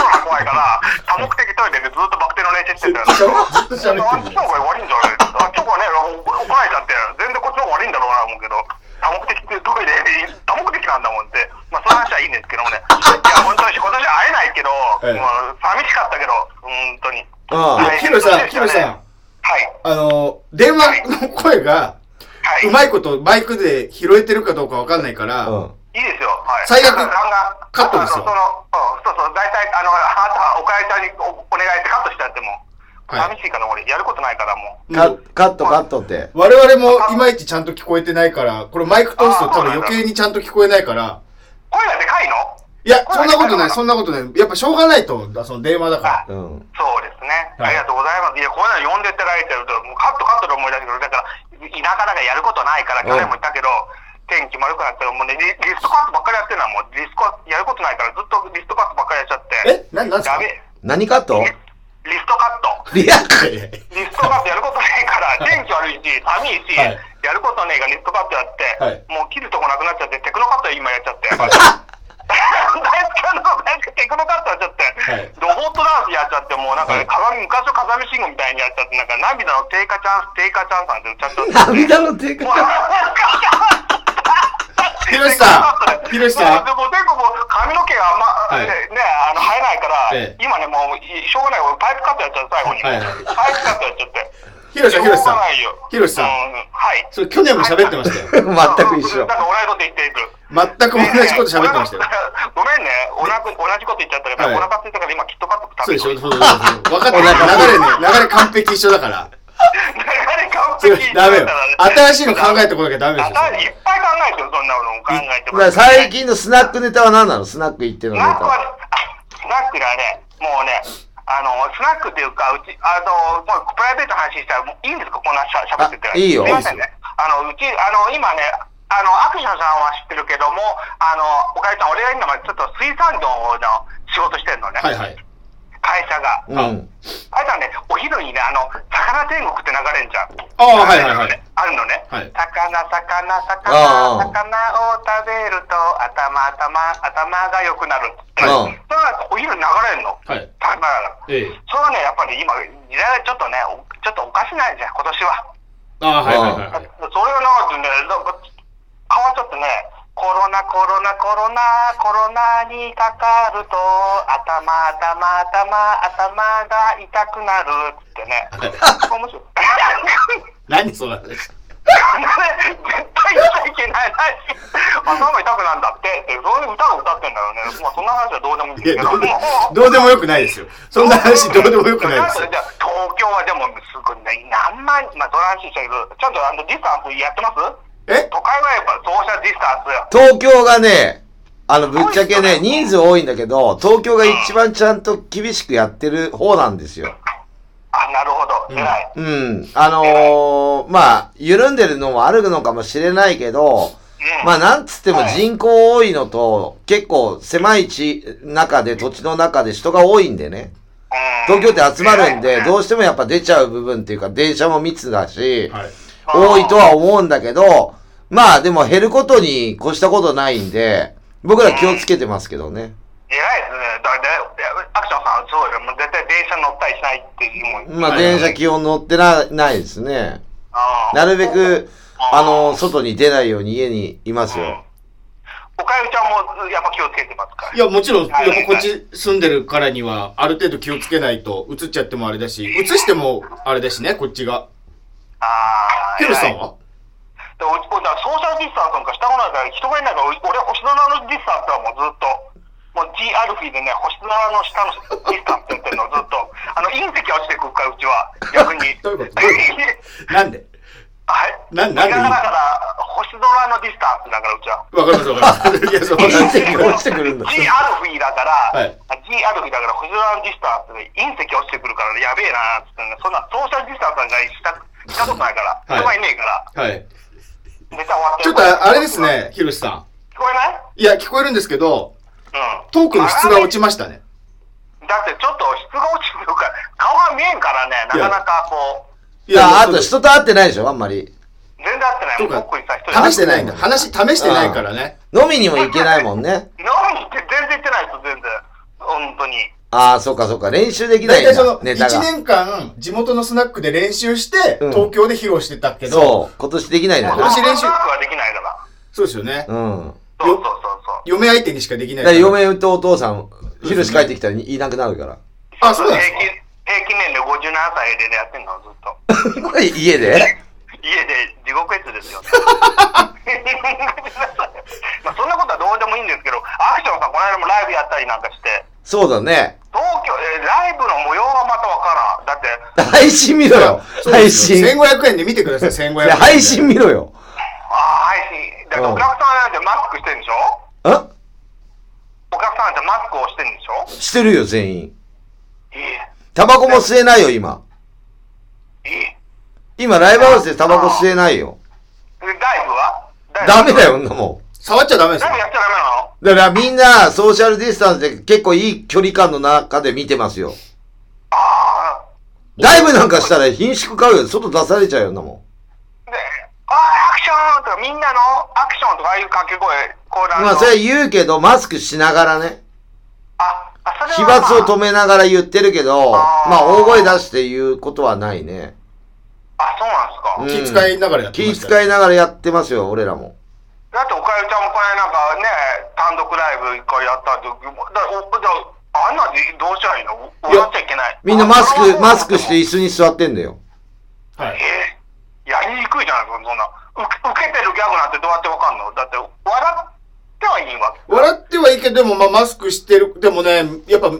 D: て。コロナ怖いから、多目的トイレでずっとバク転の練習してんだよ。
B: ずっと
D: あ
B: 喋
D: っ
B: って
D: ち
B: る
D: の方が悪いんじゃないあっちの方がね、怒怒られちゃって、全然こっちの方が悪いんだろうな、思うけど、多目的っていうトイレ、多目的なんだもんって、まあ、その話はいいんですけどもね、いや、本当に今年は会えないけど、
B: ええ
D: まあ、寂しかったけど、本当に。
A: うん。
D: はい
B: ヒロシさん、ヒロシさん。
D: はい、
B: あの、電話の声が、
D: はい、
B: うまいことマイクで拾えてるかどうかわかんないか
A: う
B: ら、
A: ん。
D: いいですよ、はい、
B: 最悪
D: ガンガン
B: カットですよ
D: あのそのうんそうそう、大体、あの、あなたはおかえりさんにおお願いしてカットしちゃっても、
B: はい
D: 寂しいから俺、やることないからもう。
A: カカットカットって。
B: 我々もいまいちちゃんと聞こえてないから、これマイク通すと多分余計にちゃんと聞こえないから、
D: 声がでかいの
B: いや、そんなことない、そんなことない。やっぱしょうがないと、その電話だか
A: うん。
D: そうですね。
B: はい
D: ありがとうございます。いや、こういうの読んでってられてると、もうカットカットで思い出してくる。だから、田舎だからやることないから、去年も言ったけど、天気悪くなって、もうねリ、リストカットばっかりやってるのは、もうリストカットやることないから、ずっとリストカットばっかりやっちゃ
B: ら。
D: って。
B: えな、なんす
D: や
B: か
D: べえ。
A: 何カット
D: リストカット。
A: リア
B: いやいや
D: リストカットやることないから、天気悪いし、寒いし、
B: はい
D: やることねえがリストカットやって、
B: はい
D: もう切るとこなくなっちゃって、テクノカット今やっちゃって。 大体テクノカットやっちゃって、
B: はい
D: ロボットダンスやっちゃって、もうなんか、
B: はい
D: 鏡昔の風見信号みたいにやっちゃって、なんか涙の低下チャンス、低下チャンスなんて歌っちゃ
A: 涙の低
D: って。もう
A: 下。
B: ひろしさんひろしさん
D: でもでももう髪の毛があんま、
B: はい
D: ね、あの生えないから、
B: ええ
D: 今ね、もうしょうがない、俺パイプカットやっちゃって、最後に。
B: はい
D: パイプカットやっちゃって。
B: ひろしさん、ひろしさん。
D: ひ
B: ひろしさん
D: はい。
B: それ去年も喋ってましたよ。
A: 全く一
D: な
A: 緒
D: ん。か同じこと言っていく。
B: 全く同じこと喋ってました よ。
D: ごめんね、おなく同じこと言っちゃったけど、
B: はい
D: お腹空いたから今きっとカット
B: そうで
D: 食べ
B: しょ
D: て
B: そうそうそうそう分 かってる。流れね、流れ完璧一緒だから。
D: 流れ完
B: それ
D: 璧
B: ダメよ。新しいの考え
D: て
B: てこなきゃダメでしょそ
D: い
B: れ
D: っぱい考えてる、そんなの考えて
A: だから最近のスナックネタは何なのスナック行っての
D: ス
A: ネ
D: ナック
A: タ。
D: は、あスナックがね、もうね、あの、スナックっていうか、うち、あの、もうプライベートの話したら、もういいんですかこんなしゃしゃべってて。
A: あいいよ
D: すみませんね。あの、うち、あの、今ね、あの、アクションさんは知ってるけども、あの、おかゆさん、俺が今ちょっと水産業の仕事してるのね。
B: はいはい。
D: 会社が。
A: う
B: は
A: ん。
D: あれだね、お昼にね、あの、魚天国って流れんじゃん。
B: ああはいはいはい
D: あるのね。
B: はい
D: 魚、魚、
A: ああ
D: 魚、魚を食べると頭、頭、頭が良くなるっつって。
A: うん
D: だからお昼に流れんの。
B: はい。
D: 魚が。
B: ええ。
D: それはね、やっぱり今、時代がちょっとね、おちょっとおかしないじゃん、今年は。
B: ああ、はいはいはいはい。
D: それがなんかね、なんか変わっちゃってね、コロナ、コロナ、コロナ、コロナにかかると、頭、頭、頭、頭が痛くなるっつってね。面白い。
B: 何その話
D: 絶対言っちゃいけない話。頭が痛くなんだって、ってそういう歌を歌ってんだよね。まあそんな話はどうでもいいん
B: い
D: です
B: や
D: け
B: ど
D: ど。
B: うで
D: もう
B: どうでもよくないですよ。そんな話どうでもよくないです
D: じ
B: よ。
D: ゃあ東京はでもすごいね、何万、まあ、その話したけど、ちゃんとあのディスタンスやってます
B: え
D: 都会はやっぱソーシャルディスタンス。
A: 東京がね、あの、ぶっちゃけね、人数多いんだけど、東京が一番ちゃんと厳しくやってる方なんですよ。
D: あ、なるほど。
B: うん
D: 偉い。
A: うん。あのー、まあ、緩んでるのもあるのかもしれないけど、
D: うん。
A: まあ、なんつっても人口多いのと、結構狭い地、中で、土地の中で人が多いんでね。東京って集まるんで、ど
D: う
A: うしてもやっぱ出ちゃう部分っていうか、電車も密だし、
B: はい。
A: 多いとは思うんだけど、まあでも減ることに越したことないんで、僕ら気をつけてますけどね。
D: 偉いですね。だからね、アクションさん、すごいよ。もう絶対電車乗ったりしないっていうもん。
A: まあ電車基本乗ってなないですね。
D: あー
A: なるべく、あの、外に出ないように家にいますよ。
D: おかゆちゃんもやっぱ気をつけてますから。
B: いや、もちろん、でもこっち住んでるからには、ある程度気をつけないと、移っちゃってもあれだし、移してもあれだしね、こっちが。
D: ああ。
B: ヒロシさん
D: は
B: は。
D: だからうちこうだからソーシャルディスタンスなんかしたことないから、人がいないから、俺、俺星空のディスタンスはもうずっと、もう G アルフィーでね、星空の下のディスタンスって言ってるの、ずっと。あの、隕石落ちてくるから、うちは、逆 に
B: どういうことどういうなんで
D: はい。
B: ななんで
D: だから、だから星空のディスタンスだから、うちは。。
B: わかりますわかります。いや、そう
A: 隕
B: なん
A: 石が落ちてくるんだ
D: G アルフィーだから、
B: はい
D: あ G アルフィーだから、星空のディスタンスで隕石落ちてくるから、やべえなーっつってね、そんなソーシャルディスタンスなんかしたしたことないから、
B: はい
D: 人がいねえから、
B: はい。
D: ネタ終わって
B: ちょっ
D: る
B: と、あれです。ね、ヒロシさ
D: 聞こえない
B: ん。いや、聞こえるんですけど、
D: うん。
B: トークの質が落ちましたね。
D: だってちょっと質が落ちてくるから、顔が見えんからね、なかなかこう、
B: い
A: ああ
B: そう
A: と人と会ってないでしょ、あんまり。
D: 全然合ってない
B: そ
D: も、
B: うんか
D: 僕にさ、一人
B: 試し
D: で。
B: てないんだ。話、試してないからね。
A: 飲みにも行けないもんね。
D: 飲みに行って全然行ってないです、全然。本当に。
A: ああ、そうかそうか。練習できな
B: 大
A: いん
B: 体そ
A: だ
B: の、、
A: ネタ
B: 1
A: が。
B: 年間、地元のスナックで練習して、
A: うん
B: 東京で披露してたけど、
A: そう。今年できないんだ
D: もう
A: な
B: 私練習
D: ワークはできないから。
B: そうですよね。
A: うん。
D: そうそうそうそう。
B: 嫁相手にしかできな
A: だ
B: い
A: か
B: からら。
A: 嫁とお父さん、ヒロシ帰ってきたらいなくなるから。
B: あそうなんですか
D: 平均平均年齢57歳でねやってんの、ずっと。
A: 家で
D: 家で地獄絵図で すよね。 まあそんなことはどうでもいいんですけど、アクションさん、この間もライブやったりなんかして、
A: そうだね。
D: 東京、えーライブの模様がまたわからん。だって、
A: 配信見ろよ。配信。で
B: 1500円で見てください、1500円で。
A: 配信見ろよ。
D: ああ、配信。だからお客さんなんてマスクしてんでしょ
A: あ
D: お客さんなんてマスクをしてんでしょ
A: してるよ、全員。
D: い
A: タバコも吸えないよ、今。
D: い、いい。
A: 今、ライブハウスでタバコ吸えないよ。
D: えライブは
A: ダメだ
D: よ。
A: よ、んなも
B: 触っちゃダメです
D: ライブ
B: よ。
D: やっちゃダメなの
A: ん。だからみんな、ソーシャルディスタンスで結構いい距離感の中で見てますよ。
D: あ
A: ライブなんかしたら品種買うよ。外出されちゃうよ、んなも。
D: あ。で、ああ、アクションとかみんなのアクションとかああいう掛け声、こうなんの
A: まあ、それは言うけど、マスクしながらね。
D: あ、あそれは、
A: 飛沫を
D: ま
A: 止めながら言ってるけど、
D: あー
A: まあ、大声出して言うことはないね。
D: あ、あ、そうなんですか。
A: うん
B: 気遣いながらやって
A: 気
B: ましたよ。
A: 遣いながらやってますよ、俺らも。
D: だって、おかゆちゃんもこれなんかね、単独ライブ一回やったって、だからおだからあんなんでどうしたらいいの終わっちゃいけない。
A: みんなマス
D: あ
A: ク、マスクして椅子に座ってんだよ。
B: はい。
D: えーやりにくいじゃないですか、そんな。う受けてるギャグなんてどうやってわかんのだって、笑ってはいいわけ。
B: 笑ってはいいけど、でも、まあ、マスクしてる。でもね、やっぱ、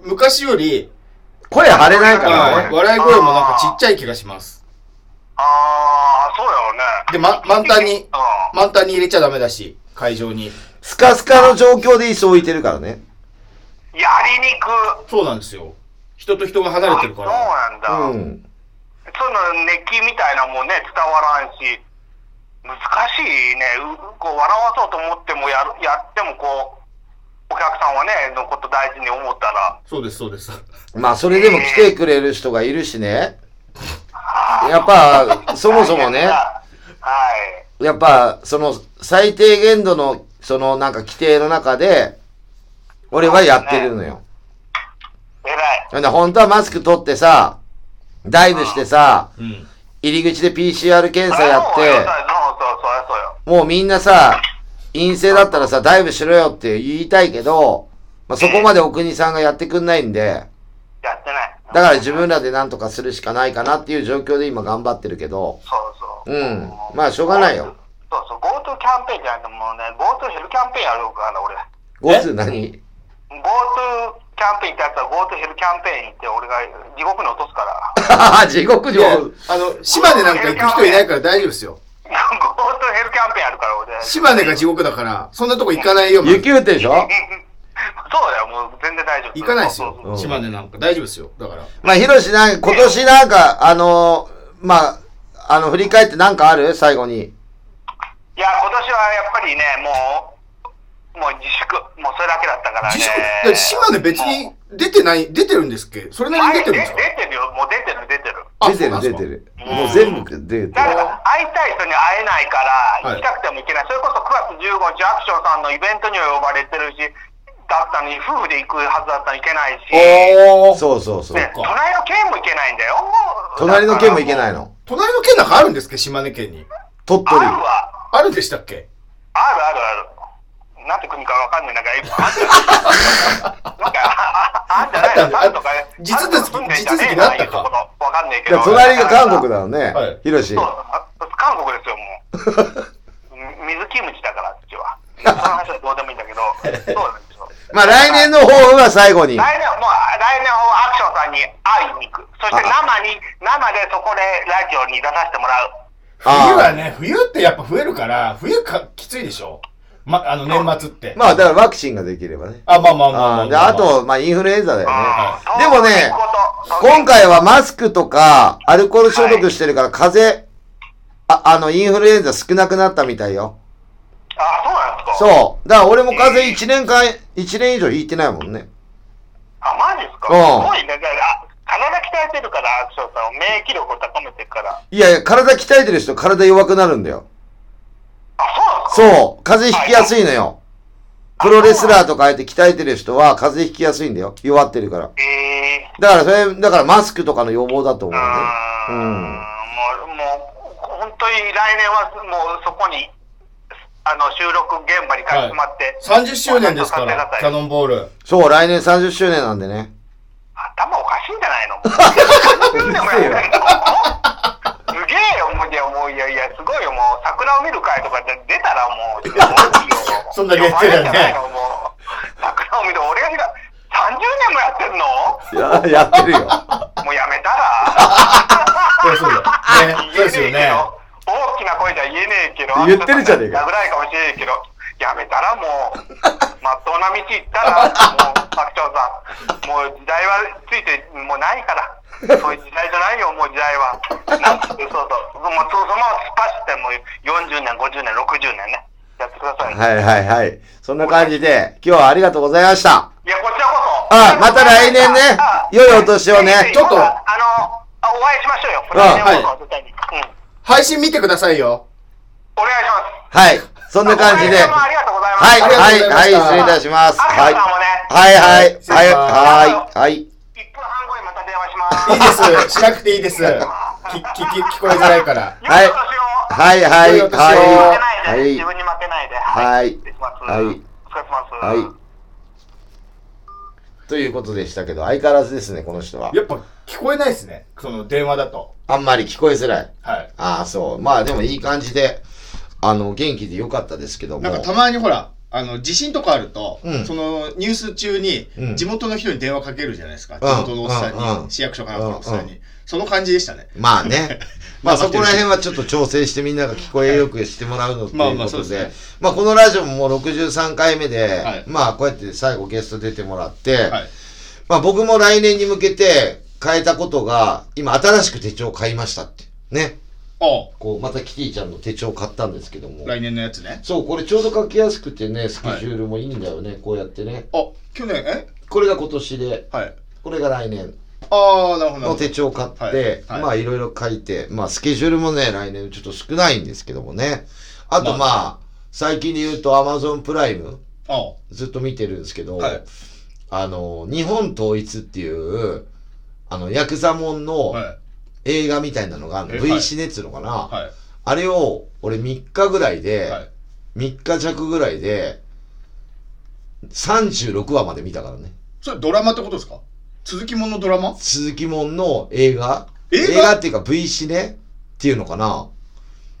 B: 昔より、
A: 声張れないか
B: は
A: ら
B: い
A: ね。
B: 笑い声もなんかちっちゃい気がします。
D: あー、そうやろうね。
B: で、ま、満タンに
D: う、ん。
B: 満タンに入れちゃダメだし、会場に。
A: スカスカの状況で椅子置いてるからね。
D: やりにく。
B: そうなんですよ。人と人が離れてるか
D: あ
B: ら。
A: う
D: そうなんだ。
A: ん。
D: その熱気みたいなもんね、伝わらんし。難しいね。うこう、笑わそうと思ってもやる、やってもこう、お客さんはね、のこと大事に思ったら。
B: そうです、そうです。
A: まあ、それでも来てくれる人がいるしね。やっぱ、そもそもね、
D: はい。
A: やっぱ、その、最低限度の、その、なんか規定の中で、俺はやってるのよ。
D: 偉い。
A: ほんで、本当はマスク取ってさ、ダイブしてさ、
B: うん。
A: 入り口で PCR 検査やっ
D: そうよ
A: て、
D: そうそうそうよ。
A: もうみんなさ、陰性だったらさ、ダイブしろよって言いたいけど、まあ、そこまでお国さんがやってくんないんで、
D: やってない。
A: だから自分らでなんとかするしかないかなっていう状況で今頑張ってるけど、
D: そうそう。
A: うん。まあ、しょうがないよ。。
D: そうそう、GoTo キャンペーンじゃなくてもうね、GoTo ヘルキャンペーンやろうから、俺。
A: ゴツ何
D: GoTo キャンペーンってやつは GoTo ヘルキャンペーンに行って、俺が地獄に落とすから。
A: ああ、地獄
B: いや
A: 上。
B: あの、島根なんか行く人いないから大丈夫ですよ。
D: GoTo ヘルキャンペーンやるから、俺。
B: 島根が地獄だから、そんなとこ行かないよ。まあ
A: 雪降ってるでしょ
D: そうだよ、もう全然大丈夫。
B: 行かないです
D: そう
B: よ
D: そう。
A: ん
B: 島根なんか大丈夫ですよ。だから。
A: まあ、ヒロシなんか、今年なんか、あのーまあ、あの、振り返ってなんかある最後に。
D: いや、今年はやっぱりね、もう、もう自粛、もうそれだけだったから
B: 自
D: ね
B: 粛、だって。島根別に出てない、出てるんですっけそれなりに
D: はい
B: 出てるん
D: 出
B: ですか
D: 出てるよ、もう出てる、出てる。
B: あ
A: 出てる
B: そうなんです
A: 出てる。も
B: か
A: う全部出てる。
D: だから会いたい人に会えないか
B: は
D: ら、行
B: い
D: きたくても行けない、それこそ9月15日、アクションさんのイベントには呼ばれてるし、だったのに、夫婦で行くはずだったのに行けないし、
B: おー。
A: そうそうそう
D: で。隣の県も行けないんだよ。
A: 隣の県も行けない
D: の
A: の。
B: 隣の県なんかあるんですっけ島根県に。
A: 鳥
D: あ
A: 取。
D: るわ、
B: あるんでしたっけ
D: あるあるある。なんて国かわかんない、なんか、あんなんか、ああんじゃないの、
B: あったあった
D: なんとか、
B: 実物
D: 住んでんじゃねえ
B: 実物なったか
D: ああいうところわかんないけ
A: だ
D: ど
A: から。隣が韓国だよ
B: は
A: ね
B: い。
A: ヒロシ
D: そう。あ韓国ですよ、もう。水キムチだから、あっちは。その話はどうでもいいんだけど、そうなんですよ。
A: まあ、来年の抱負は最後に。
D: 来年、もう、来年はアクションさんに会いに行く。そして生に、生でそこでラジオに出させてもらう。
B: 冬は
A: あ
B: ね、冬ってやっぱ増えるから、冬か、きついでしょま、あの、年末って
A: あ。。まあ、だからワクチンができればね。
B: あ、まあまあまあま
A: あ
B: あ
A: ーで
B: ま
A: あ
B: あまあ。
A: と、まあ、インフルエンザだよね。
D: うん
A: でもね、今、回はマスクとか、アルコール消毒してるから、風邪、あ、あの、インフルエンザ少なくなったみたいよ。
D: あ、そうなんですか。う。
A: そう。だから俺も風邪1年間、1年以上引いてないもんね。
D: あ、マジですか。
A: うん
D: すごいね。だから、体鍛えてるから、アクションさんは免疫力を高めてるから。
A: いやいや、体鍛えてる人、体弱くなるんだよ。
D: あ、そうなんですか。
A: そう。風邪ひきやすいのよ。プロレスラーとかあえて鍛えてる人は、風邪ひきやすいんだよ。弱ってるから。
D: えー。
A: だから、それ、だからマスクとかの予防だと思うね。
D: うー
A: うん。
D: んもう、もう、本当に来年はもうそこに、あの、収録現場に立ち集まって、
B: 30周年ですから、キャノンボール。
A: そう、来年30周年なん でね。
D: 頭おかしいんじゃ ないの30年もやってんのすげえよ、もう、いや、もう、いやいや、すごいよ、もう、桜を見る会とかで出たらもう、すごいよ
B: そんなにやってるよね
D: 呼ばれんじゃないのもう、桜を見る、俺が見た、30年もやってんの
A: いや、やってるよ。
D: もうやめたら ど。
A: 言ってるじゃねえか
D: 危ないかもしれんけど、やめたらもう、 まっとうな道行ったら、もう、白鳥さん、もう時代はついて、もうないから。そういう時代じゃないよ、もう時代は。なんかそうそう。もうそのまま突っ走って、もう40年、50年、60年ね。やってください。
A: はいはいはい。そんな感じで、今日はありがとうございました。
D: いや、こちらこそ。
A: あまた来年ね
D: あ
A: 良いお年をね
D: ぜひぜひ
A: ちょっと
D: またあの、あお会いしましょうよ。来年こそ、絶対に。うん。
E: 配信見てくださいよ。
D: お願いします。
A: はい。そんな感じで。は
D: あ
A: い
D: お会いしましょうありがとうございます。
A: はい
E: ありがとうご
A: は
E: ざ
A: い
E: いました
A: 失礼いたします。
D: あ
A: はい。
D: さんもね
A: はいはい。
E: 失礼します
A: はいはい。はい。
D: 1分半後にまた電話します。
E: いいです。しなくていいです。き、聞き、聞こえづらいから。
D: はい。
A: はいはい
E: 良いお年を
A: は
D: 負けないで、
A: い。
D: 自
A: はい。
D: 分に負けないで。
A: はい
D: 失礼します。
A: はい
D: お疲れ様です。
A: はい。ということでしたけど、相変わらずですね、この人は。
E: やっぱ聞こえないですね。その電話だと。
A: あんまり聞こえづらい。
E: はい。
A: ああ、そう。まあでもいい感じで、あの、元気でよかったですけども。
B: なんかたまにほら、あの、地震とかあると、
A: うん
B: そのニュース中に
A: うん
B: 地元の人に電話かけるじゃないですか。
A: ん
B: 地元のおっさんに、
A: うんうん
B: 市役所かなんかのおっさんに、その感じでしたね。
A: まあ ね。まあそこら辺はちょっと調整してみんなが聞こえよくしてもらうのということで。
B: まあまあそうですね
A: まあこのラジオももう63回目で、
B: はい
A: まあこうやって最後ゲスト出てもらって、
B: はい。
A: まあ僕も来年に向けて変えたことが、今新しく手帳買いましたって。ね。
B: お
A: こう、またキティちゃんの手帳買ったんですけども。
B: 来年のやつね。
A: そう、これちょうど書きやすくてね、スケジュールもいいんだよね、こうやってね。
B: あ、去年、え
A: これが今年で、
B: はい。
A: これが来年。
B: ああ、なるほどなる
A: の
B: ほど
A: 手。帳を買って、
B: はいはい
A: まあいろいろ書いて、まあスケジュールもね、来年ちょっと少ないんですけどもね。あとまあ、
B: ま
A: 最近で言うと Amazon プライム
B: あ
A: ずっと見てるんですけど、
B: はい
A: あの、日本統一っていう、あの、ヤクザモンの
B: はい。
A: 映画みたいなのがあるの、
B: えはい
A: V シネっつうのかな、
B: は
A: あれを俺3日ぐらい
B: い。
A: で、
B: はい。
A: 3日弱ぐらいで、36話まで見たからね。
B: それドラマってことですか続きものドラマ
A: 鈴木門の映画
B: 映画
A: っていうか V シネっていうのかな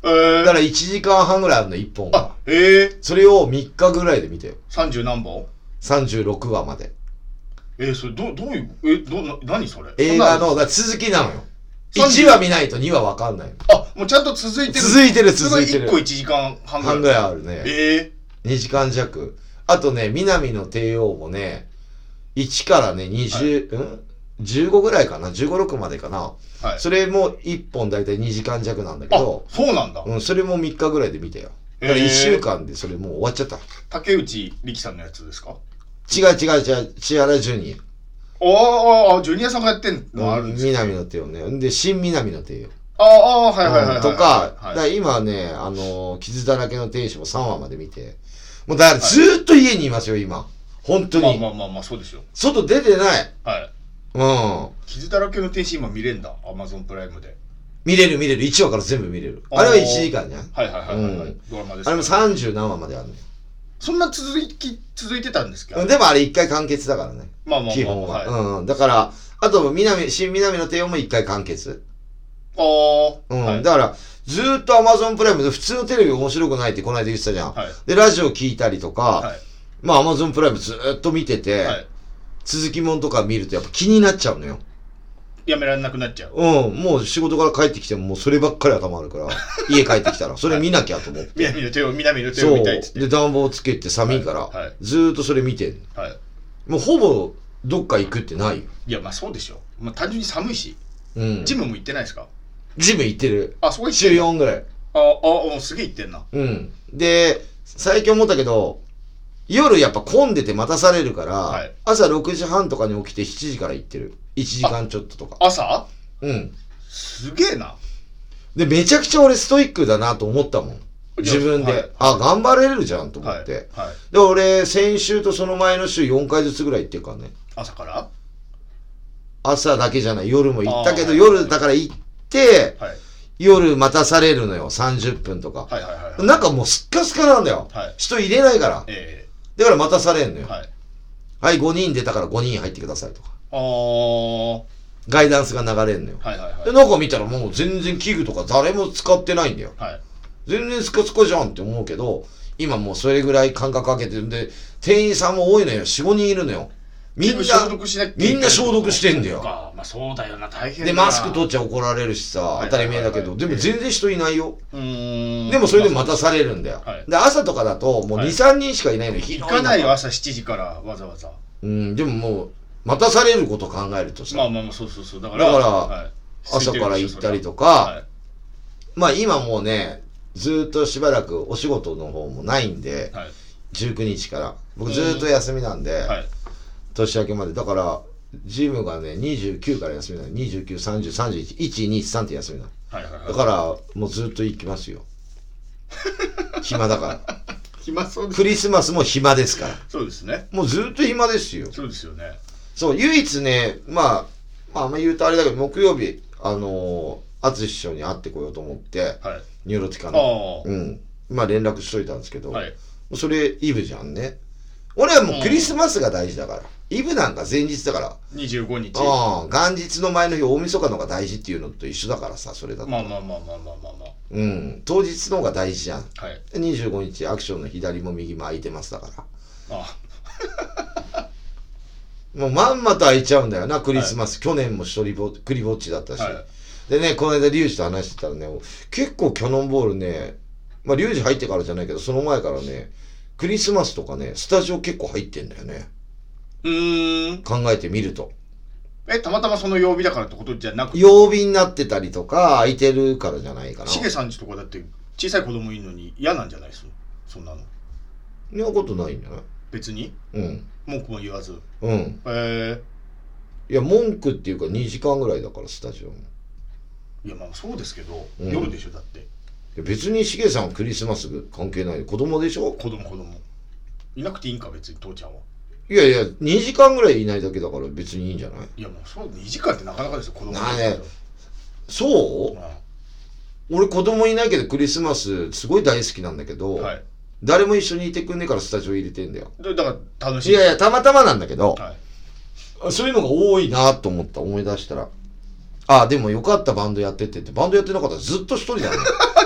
B: えー
A: だから1時間半ぐらいあるの1本が
B: あ、ええー、
A: それを3日ぐらいで見てよ
B: 30何本
A: 36話まで
B: えー、それどう、どういう、え、どう、な、何それ
A: 映画
B: そんな
A: のだから続きなのよ
B: 30
A: 1話見ないと2話わかんない
B: あ、もうちゃんと続いてる。
A: 続いてる
B: そ
A: 続い
B: れ
A: て
B: 1個
A: る
B: 1時間半
A: 半
B: ぐ
A: ぐ
B: らい。
A: らいあるね
B: ええー。
A: 2時間弱あとね南の帝王もね1からね20、うん15ぐらいかな15、6までかな、
B: はい
A: それも1本だいたい2時間弱なんだけ
B: あ
A: ど、
B: そうなんだ。
A: うん、それも3日ぐらいで見たよ。だから
B: へー
A: 1週間でそれもう終わっちゃった。
B: 竹内力さんのやつですか
A: 違う違う違う、千原ジュニ
B: ああああ、ジュニアさんがやってんの
A: ア。
B: あるんですか
A: 南の手をね。んで、新南の手を。
B: ああ、はいはいはいはい。
A: とか、だから
B: はい
A: 今ね、あのー、傷だらけの天使も3話まで見て。もうだからずーっと家にいますよ、今。本当
B: まあ
A: に。
B: まあまあまあ、そうですよ。
A: 外出てない。
B: はい。
A: うん。
B: 傷だらけの天使今見れんだ。アマゾンプライムで。
A: 見れる見れる。1話から全部見れる。
B: あー
A: あれは1時間じゃん。
B: はいはいはいはいは
A: う
B: い
A: ん。
B: ドラマです
A: あ
B: か
A: れ
B: ら。
A: も30何話まであるね。
B: そんな続き、続いてたんですか
A: うんでもあれ1回完結だからね。
B: まあまあ
A: 基
B: まあ
A: 本
B: はい。
A: は。
B: ああ
A: うん。だから、あと、南、新南の帝王も1回完結。う
B: ー、
A: ん。
B: はい。
A: だから、ずーっと Amazon プライムで普通のテレビ面白くないってこの間言ってたじゃん。
B: はい
A: で、ラジオ聞いたりとか、
B: はい
A: まあ Amazon プライムずーっと見てて、
B: はい。
A: 続きもんとか見るとやっぱ気になっちゃうのよ。
B: やめられなくなっちゃう。
A: うん。もう仕事から帰ってきてももうそればっかり頭あるから、 家帰ってきたら、それ見なきゃと思って。
B: 南の手を、南の手
A: そう。
B: を見たいっつって。
A: で、暖房つけて寒いから、
B: はいはい
A: ずーっとそれ見てんの
B: はい。
A: もうほぼどっか行くってないよ。
B: いや、まあそうでしょ。まあ単純に寒いし。
A: うん。
B: ジムも行ってないですか
A: ジム行ってる。
B: あ、そこ行って
A: 週
B: んだ
A: 4ぐらい。
B: ああ、あすげえ行ってんな。
A: うん。で、最近思ったけど、夜やっぱ混んでて待たされるから、
B: はい
A: 朝6時半とかに起きて7時から行ってる。1時間ちょっととか。
B: 朝
A: うん。
B: すげえな。
A: で、めちゃくちゃ俺ストイックだなと思ったもん。自分で。
B: はいはい
A: あ、頑張れるじゃんと思
B: はい
A: って。。
B: はい。
A: で、俺、先週とその前の週4回ずつぐらい行ってるからね。
B: 朝からは
A: 朝だけじゃない、夜も行ったけど、
B: あー
A: 夜だから行って、
B: い。はい
A: 夜待たされるのよ、30分とか。
B: はいはい。
A: なんかもうすっかすかなんだよ。
B: はい
A: 人入れないから。
B: え
A: だから待たされんの
B: え
A: よ。
B: はい。
A: はい、5人出たから5人入ってくださいとか。
B: ああ、は
A: ガイダンスが流れんのよ。
B: いはいはい
A: で、。中見たらもう全然器具とか誰も使ってないんだよ。
B: はい。
A: 全然スカスカじゃんって思うけど、今もうそれぐらい間隔空けてるんで、店員さんも多いのよ。4、5人いるのよ。みんな
B: 全部消毒しなきゃいけい
A: みんな消毒してんだよ
B: そっかまあそうだよな、大変
A: で、
B: だな
A: マスク取っちゃ怒られるしさ、
B: い
A: 当たり前だけど、
B: はい
A: でも全然人いないよ。
B: うーん
A: でもそれで待たされるんだよ
B: はい。
A: で、朝とかだと、もう2、
B: はい
A: 3人しかいないの、ひど
B: 行
A: い。
B: かないよ、。朝7時からわざわざ。
A: うん、でももう、待たされること考えると
B: ま
A: さ
B: あ、まあまあ、そうそうそう。だから、
A: だから
B: はい
A: 朝から行ったりとか、
B: はい
A: まあ今もうね、ずーっとしばらくお仕事の方もないんで、
B: はい。
A: 19日から。僕ずーっと休みなんで、
B: はい。
A: 年明けまで。だから、ジムがね、29から休みなの。29、30、31、1、2、3って休みなの。
B: はい。はい。
A: だから、もうずーっと行きますよ。 暇だから。
B: 暇そうです。
A: クリスマスも暇ですから。
B: そうですね。
A: もうずーっと暇ですよ。
B: そうですよね。
A: そう、唯一ね、まあ、まあ、あんま言うとあれだけど、木曜日、あのー、淳師匠に会ってこようと思って、
B: はい。
A: ニューロティカ
B: あ
A: の。
B: あ。
A: うん。まあ連絡しといたんですけど、
B: はい。
A: それイブじゃんね。俺はもうクリスマスが大事だから。イブなんか前日だから。
B: 25日。
A: ああ、元日の前の日、大晦日の方が大事っていうのと一緒だからさ、それだと。
B: まあまあまあまあまあまあま
A: うん。当日の方が大事じゃん。
B: あ。はい。
A: で25日、アクションの左も右も空いてますだから。
B: あ
A: もうまんまと空いちゃうんだよな、クリスマス。去年も一人ぼ、クリぼっちだったし。
B: は
A: でね、この間、リュウジと話してたらね、結構キャノンボールね、まあ、リュウジ入ってからじゃないけど、その前からね、クリスマスとかね、スタジオ結構入ってんだよね。
B: い。うーん。
A: 考えてみると。
B: え、たまたまその曜日だからってことじゃなく、
A: 曜日になってたりとか、空いてるからじゃないかな。
B: しげさんちとかだって小さい子供いるのに嫌なんじゃないですそんなの。
A: そんなことないんじゃない
B: 別に
A: うん。
B: 文句も言わず。
A: うん。
B: え
A: いや、文句っていうか2時間ぐらいだから、スタジオも。
B: えいやまあそうですけど、
A: うん
B: 夜でしょ、だって。
A: いや別にしげさんはクリスマス関係ない。子供でしょ
B: 子供子供。いなくていいんか、別に父ちゃんは。
A: いやいや、2時間ぐらいいないだけだから別にいいんじゃない
B: いやもうそう、2時間ってなかなかですよ、子供
A: なあ
B: で
A: ねそう俺子供いないけどクリスマスすごい大好きなんだけど、
B: うんはい。
A: 誰も一緒にいてくんねえからスタジオ入れてんだよ。
B: だだから楽し
A: い
B: い。
A: やいや、たまたまなんだけど、
B: はい。
A: そういうのが多いなと思った、思い出したら。ああ、でもよかったバンドやっててって、バンドやってなかったらずっと一人だね。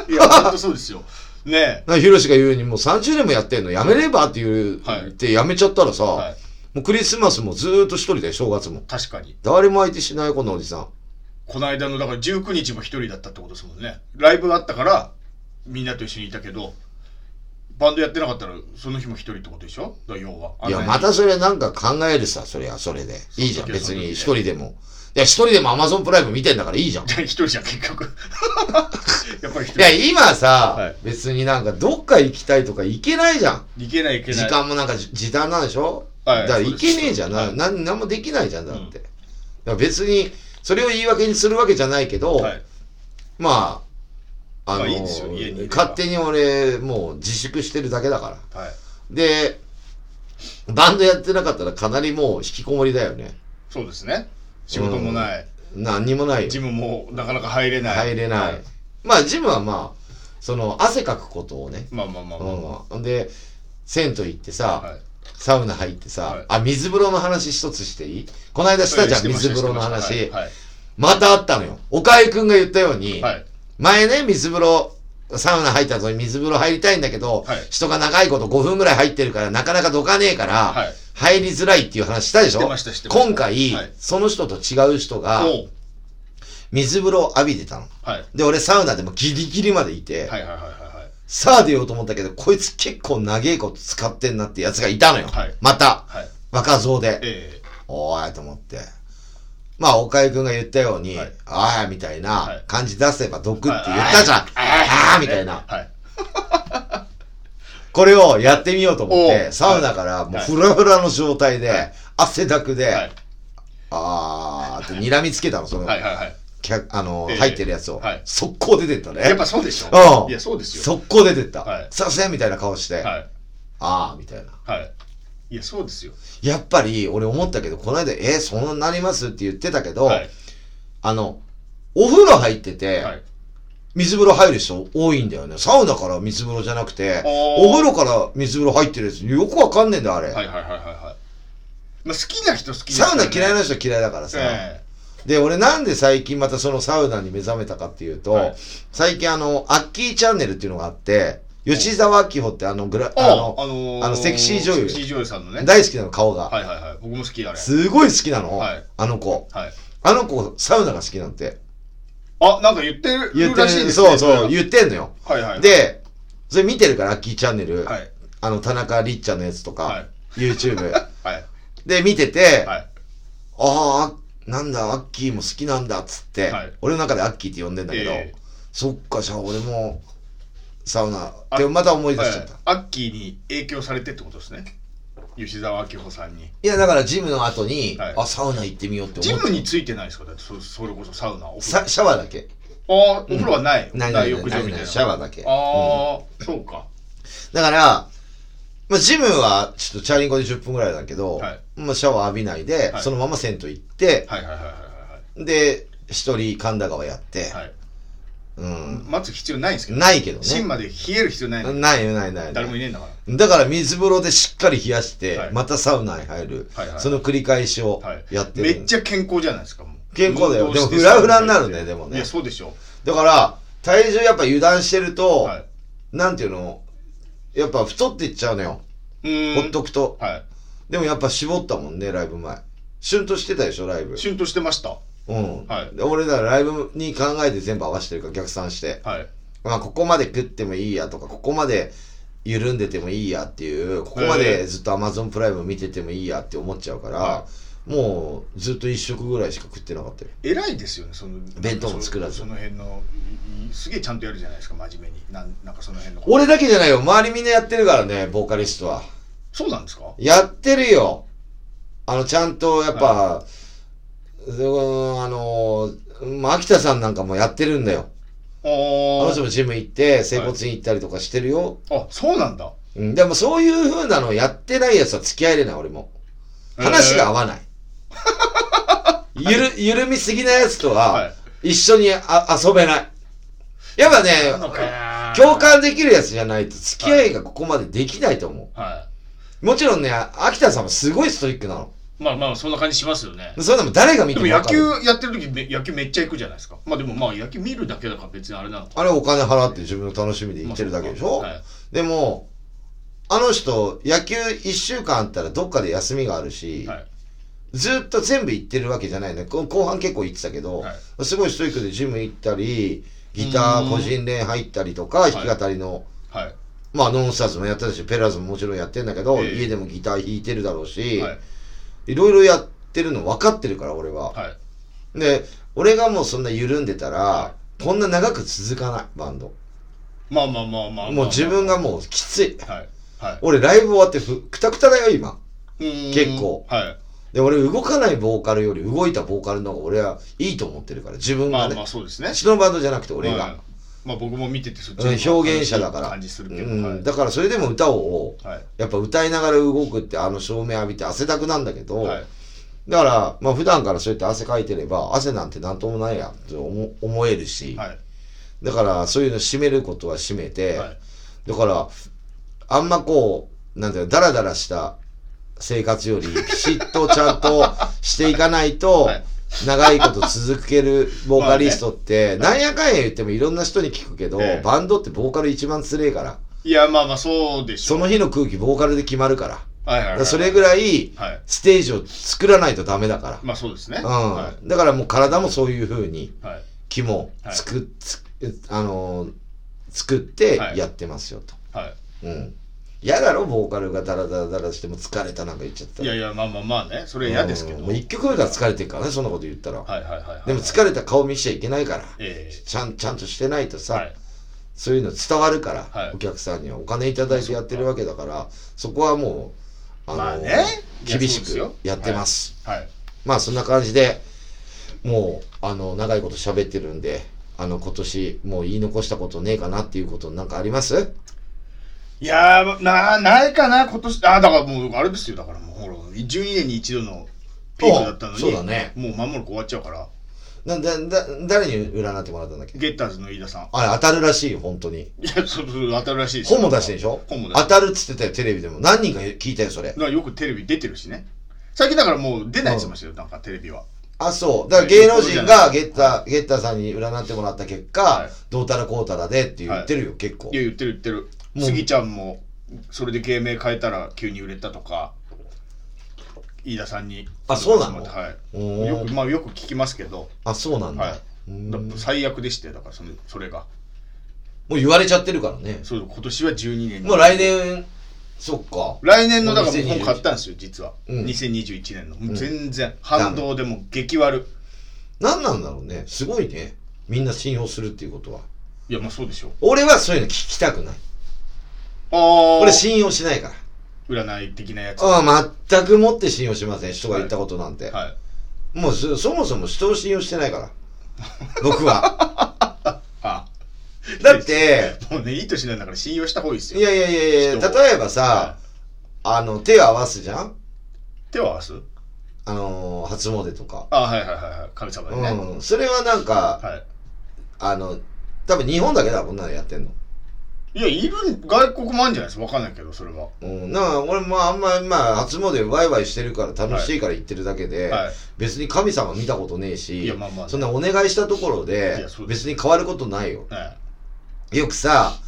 B: いや、本当そうですよ。ね
A: なヒロシが言うようにもう30年もやってんの、やめればって言う、
B: はい
A: 言ってやめちゃったらさ、
B: え。はい。
A: もうクリスマスもずーっと一人だよ、正月も。
B: 確かに。
A: 誰も相手しないこのおじさん。
B: この間の、だから19日も一人だったってことですもんね。ライブがあったから、みんなと一緒にいたけど、バンドやってなかったら、その日も一人ってことでしょだから要は。
A: いや、
B: あんな
A: ま
B: に
A: たそれなんか考えるさ、それはそれで。いいじゃん、
B: そうそう
A: 別
B: そう
A: に一人でも。いや、一人でも Amazon プライム見てんだからいい じゃん。
B: じゃあ一人じゃん、結局。 やっぱり一
A: いや、
B: 人。
A: 今さ、
B: はい
A: 別になんかどっか行きたいとか行けないじゃん。
B: いけない、いけない。
A: 時間もなんかじ時短なんでしょ、
B: はい
A: だから
B: そう
A: 行
B: です
A: けねえじゃん。な
B: はい
A: ななんもできないじゃん、だって。
B: うん
A: だから別に、それを言い訳にするわけじゃないけど、
B: はい。
A: まあ、あの
B: まあいいですよ家にいれば
A: 勝手に俺、もう自粛してるだけだから。
B: はい。
A: で、バンドやってなかったらかなりもう引きこもりだよね。
B: そうですね。仕事もない。
A: 何にもないよ。
B: ジムもなかなか入れない。
A: 入れない。
B: は
A: まあ、ジムはまあ、その、汗かくことをね。
B: まあまあまあまあ。
A: うん。で、銭湯行ってさ、
B: はい。
A: サウナ入ってさ、
B: はい
A: あ、水風呂の話一つしていいこの間したじゃん、水風呂の話。
B: はい。
A: ま
B: はい
A: たあったのよ。岡井くんが言ったように、
B: はい。
A: 前ね、水風呂、サウナ入った後に水風呂入りたいんだけど、
B: はい
A: 人が長いこと5分ぐらい入ってるから、なかなかどかねえから、
B: はい
A: 入りづらいっていう話したでしょ
B: 知ってました知ってました
A: 今回、
B: はい
A: その人と違う人が、
B: おう
A: 水風呂を浴びてたの。
B: はい。
A: で、俺サウナでもギリギリまでいて、
B: はいはいはいはいはい。
A: さあ出ようと思ったけど、こいつ結構長えこと使ってんなってやつがいたのよ。
B: はい
A: また、
B: はい。
A: 若造で。
B: え
A: おーいと思って。まあ、岡井くんが言ったように、
B: はい
A: あーみたい
B: は
A: ない感じ出せば毒って言ったじゃん。あーみたい
B: え
A: な。
B: はい。
A: これをやってみようと思っ
B: お
A: て、
B: う
A: サウナからもう
B: はい
A: フラフラの状態で、
B: はい
A: 汗だくで、
B: はい。
A: あーって睨みつけたの、その、
B: はいはいはい。
A: 客あの、
B: ええ
A: 入ってるやつを。
B: はい
A: 速攻出てったね。
B: やっぱそうでし
A: う
B: ょ
A: ん。
B: いや、そうですよ。
A: 速攻出てった。
B: はい
A: させみたいな顔して、
B: はい。
A: あーみたいな。
B: はい。いや、そうですよ。
A: やっぱり、俺思ったけど、この間、えー、そんななりますって言ってたけど、
B: はい。
A: あの、お風呂入ってて、
B: はい。
A: 水風呂入る人多いんだよね。サウナから水風呂じゃなくて、
B: おー
A: お風呂から水風呂入ってるやつ、よくわかんねえんだよ、あれ。
B: はいはいはいはいはい。まあ、好きな人好きですよ
A: サウナ嫌い
B: ね
A: な人嫌いだからさ。
B: え
A: で、俺なんで最近またそのサウナに目覚めたかっていうと、
B: はい
A: 最近あの、アッキーチャンネルっていうのがあって、吉沢明穂ってあのグラ、
B: あ
A: あの、
B: あのー
A: あのセクシー女優
B: セクシー女優さんのね。
A: 大好きなの顔が。
B: はいはいはい。僕も好きあれ。
A: すごい好きなの
B: はい。
A: あの子。
B: はい。
A: あの子、サウナが好きなんて。
B: あ、なんか言ってる
A: 言って
B: らしいで
A: る。
B: すね。
A: そうそう、
B: れ
A: 言ってんのよ。
B: はいはい。、
A: で、それ見てるから、ラッキーチャンネル。
B: はい。
A: あの、田中りっちゃんのやつと
B: は
A: か
B: い、
A: YouTube。
B: はい。
A: で、見てて、
B: はい。
A: ああ、なんだ、アッキーも好きなんだっつって、
B: はい
A: 俺の中でアッキーって呼んでんだけど、
B: ええ
A: そっか、じゃあ俺もサウナ
B: あ
A: ってまた思い出
B: はい
A: しちゃった。い、
B: アッキーに影響されてってことですね。吉沢明穂さんに。
A: や、だからジムの後に、
B: はい
A: あ、サウナ行ってみようって
B: ジ
A: 思った
B: ム。についてないですかだってそそれこそサウナ、お風呂。
A: さシャワーだけ。
B: ああー、お風呂はない。
A: ない
B: 大
A: ないない
B: 浴場
A: な
B: みた
A: い
B: い
A: な
B: な。
A: いシャワーだけ。
B: ああ、そうか。
A: だから、まあ、ジムはちょっとチャリンコで10分ぐらいだけど、
B: はい
A: まあ、シャワー浴びないで、
B: はい
A: そのまま銭湯行って、
B: はいはいはいはい
A: で、一人神田川やって、
B: はい。はい。
A: うん。
B: 待つ必要ないんですけど。
A: ないけど
B: 芯
A: ね。
B: まで冷える必要ないの。
A: ないよないない。
B: 誰もいねえんだから。
A: だから水風呂でしっかり冷やして、
B: はい
A: またサウナに入る、
B: はいはい
A: その繰り返しを
B: はい。
A: やってる、
B: めっちゃ健康じゃないですか、もう。
A: 健康だよ
B: 運動し
A: で
B: て
A: もフラフラになるねでもね
B: いや、そうでしょ。
A: だから体重やっぱ油断してると、
B: はい。
A: なんていうのやっぱ太っていっちゃうのよ、
B: うーん
A: ほっとくと
B: は
A: でもやっぱ絞ったもんねライブ前シュンとしてたでしょライブ
B: い。シュンとしてました。は
A: うん、
B: はい
A: で俺だからライブに考えて全部合わせてるから逆算して、
B: い。
A: まあ、ここまで食ってもいいやとかここまで緩んでてもいいやっていうここまでずっと Amazon プライム見ててもいいやって思っちゃうから、
B: は
A: もうずっと1食ぐらいしか食ってなかったよ
B: 偉いですよね、その。
A: 弁当も作らず
B: その辺の、いいすげえちゃんとやるじゃないですか、真面目に。なんなんかその辺の。
A: 俺だけじゃないよ周りみんなやってるからねボーカリストは
B: そうなんですか
A: やってるよあのちゃんとやっぱ、うーんあのまあ秋田さんなんかもやってるんだよ
B: あ
A: あの人
B: ー
A: もジム行って整骨院行ったりとかしてるよ、
B: あ、そうなんだ。
A: うん、でもそういう風なのやってないやつは付き合えれない俺も話が合 わない。ゆる、緩みすぎなやつと
B: は
A: は、一緒にあ遊べない。やっぱね、共感できるやつじゃないと付き合いがここまでできないと思
B: は
A: う。もちろんね、秋田さんもすごいストイックなの。
B: い。まあまあ、そんな感じしますよね。
A: それでも誰が見
B: で
A: て
B: も
A: も
B: 野
A: 分かる
B: 球やってる時め野球めっちゃ行くじゃないですか。まあでもまあ野球見るだけだから別にあれなのか。
A: あれお金払って自分の楽しみで行ってるだけでしょ、
B: まあはい
A: でも、あの人、野球一週間あったらどっかで休みがあるし、
B: はい
A: ずっと全部行ってるわけじゃないね。こ後半結構行ってたけど、
B: は
A: すごいストイックでジム行ったり、ギタ
B: うー
A: ー
B: ん
A: 個人練入ったりとか、
B: い
A: 弾き語りの、
B: はい
A: まあノンスターズもやってたし、ペラーズももちろんやってんだけど、
B: ええ
A: 家でもギター弾いてるだろうし、
B: はい
A: いろいろやってるの分かってるから、俺は。
B: はい。
A: で、俺がもうそんな緩んでたら、こんな長く続かない、バンド。
B: まあまあまあまあ。
A: もう自分がもうきつい。
B: はいはい。
A: 俺ライブ終わってふくたくただよ、今。
B: うーん
A: 結構
B: は
A: で、俺動かないボーカルより動いたボーカルの方が俺はいいと思ってるから、自
B: い。
A: 分
B: ま
A: が
B: あ
A: ね。
B: まあそうですね。
A: 人のバンドじゃなくて俺が。
B: はいまあ僕も見ててそっ
A: うん
B: の
A: 表現者だから。
B: 感じするけど。
A: う
B: は
A: ん、
B: い
A: だからそれでも歌を、
B: はい
A: やっぱ歌いながら動くってあの照明浴びて汗だくなんだけど、
B: はい
A: だから、まあ普段からそうやって汗かいてれば、汗なんてなんともないやって思思えるし、
B: はい
A: だからそういうの締めることは締めて、
B: はい
A: だから、あんまこう、なんていうの、ダラダラした生活より、ピシッとちゃんとしていかないと
B: はい、
A: 長いこと続けるボーカリストって、なんやかんや言ってもいろんな人に聞くけど
B: ええ、
A: バンドってボーカル一番つれえから、
B: いやまあまあそうでしょ
A: その日の空気ボーカルで決まるから。
B: う。はいはい
A: だか
B: はい。
A: らそれぐらい、
B: はい。
A: ステージを作らないとダメだから。
B: まあそうですね。は
A: うん。だからもう体もそういう風に、
B: いはい
A: 気も
B: はい
A: 作っ、つあのー作って
B: はい
A: やってますよと。
B: はい。
A: うん。嫌だろ、ボーカルがダラダラダラしても疲れたなんか言っちゃった
B: い
A: ら。
B: やいやまあまあまあね。それ嫌ですけ
A: う
B: ど。
A: ん
B: は
A: もう
B: い
A: 一曲目から疲れてるからね、そんなこと言ったら。
B: はいはいはい。
A: でも疲れた顔見しちゃいけないから。
B: ええ
A: ちゃん、ちゃんとしてないとさ、
B: はい
A: そういうの伝わるから、
B: はい
A: お客さんにはお金いただいてやってるわけだから、そこはもう、あのー
B: まあねいや
A: 厳し
B: そうですよ
A: くやってます。
B: はい。
A: まあそんな感じで、もう、あの、長いこと喋ってるんで、あの、今年、もう言い残したことねえかなっていうことなんかあります
B: いやー、な、ないかな、今年。あ、だからもう、あれですよ、だからもう、ほら、12年に一度のピークだったのに、
A: おそうだね
B: もう間もなく終わっちゃうから、
A: な、だ、だ、誰に占ってもらったんだっけ
B: ゲッターズの飯田さん。
A: あれ、当たるらしいよ、本当に。
B: いや、そうそう、当たるらしいですよ
A: 本も出してんでしょ
B: 本も出
A: 当
B: して
A: たるっつってたよ、テレビでも。何人か聞いたよ、それ
B: る。。だからよくテレビ出てるしね。最近だからもう出ないって言ってましたよ、なんかテレビは。
A: あ、そう。だから芸能人がゲッター、ゲッターさんに占ってもらった結果、
B: はい
A: どうたらこうたらでって言ってるよ、結構
B: い。や、言ってる言ってる。
A: もう
B: スギちゃんもそれで芸名変えたら急に売れたとか飯田さんに
A: あそうなの
B: はい
A: おー
B: よくまあよく聞きますけど、
A: あそうなんだ、
B: は
A: うー
B: い、
A: ん
B: だ
A: も
B: から最悪でしてだからそのそれが
A: う言われちゃってるからね
B: そう今年は12年に
A: もう来年そっか
B: 来年のだから
A: 2021
B: 本買ったんですよ実は、
A: うん
B: 2021年のもう全然反動でもう激悪
A: 何なんだろうねすごいねみんな信用するっていうことはい
B: やまあそうでしょう
A: 俺はそういうの聞きたくない
B: ああ
A: 俺信用しないから
B: 占い的なやつは
A: ああ全くもって信用しません人が言ったことなんて、
B: い
A: もうそそもそも人を信用してない から僕は
B: あ
A: だって
B: もうねいい年なんだから信用した方がいいです
A: い
B: よ
A: やいやいやい
B: 人
A: や
B: を
A: 例えばさ、
B: は
A: あの手を合わすじゃん
B: 手を合わす
A: あのー初詣とか、
B: あはいはいはいはい神様でね、
A: うんそれはなんか、
B: は
A: あの多分日本だけだこんなのやってんの
B: いいやいる外国もあるんじゃないですかわかんないけどそれは
A: うん、なんか俺もあんまりまあ初詣ワイワイしてるから楽しいから行ってるだけで、
B: はい
A: 別に神様見たことねえし
B: いやまあまあね
A: そんなお願いしたところ
B: い
A: で
B: やそうです
A: 別に変わることないよ
B: はい
A: よくさ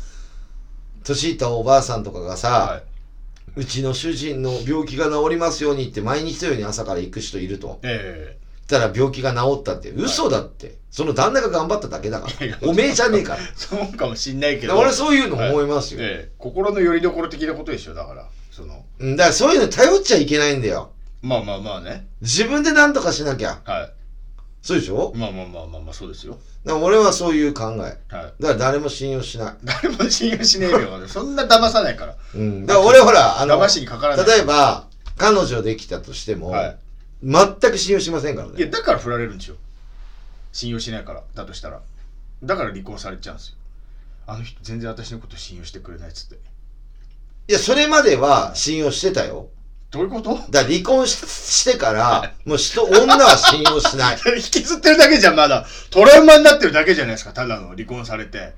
A: 年いったおばあさんとかがさ、
B: はいう
A: ちの主人の病気が治りますようにって毎日のように朝から行く人いると。
B: え
A: 言ったら病気が治ったって。嘘だって。その旦那が頑張っただけだか
B: いや
A: ら。おめえじゃねえから。
B: えそうかもしんないけ
A: だか
B: ど
A: ら俺そういうの思いますよ。
B: ええ心の拠り所的なことでしょだからその
A: うんだからそういうの頼っちゃいけないんだよ。
B: まあまあまあね
A: 自分で何とかしなきゃ。
B: は
A: そうでしょ
B: いまあまあまあまあまあそうですよ
A: だから俺はそういう考え。だか
B: はい
A: ら誰も信用しない。
B: 誰も信用しねえよそんな騙さないから
A: うん。だから俺ほら、あの、
B: 騙しにかからない
A: 例えば、彼女できたとしても、
B: はい
A: 全く信用しませんから
B: いや
A: ね。
B: だから振られるんですよ信用しないからだとしたらだから離婚されちゃうんですよあの人全然私のこと信用してくれないっつって
A: いや、それまでは信用してたよ。
B: どういうこと
A: だから離婚ししてから、もう人、女は信用し ない。
B: 引きずってるだけじゃんまだトラウマになってるだけじゃないですかただの離婚されて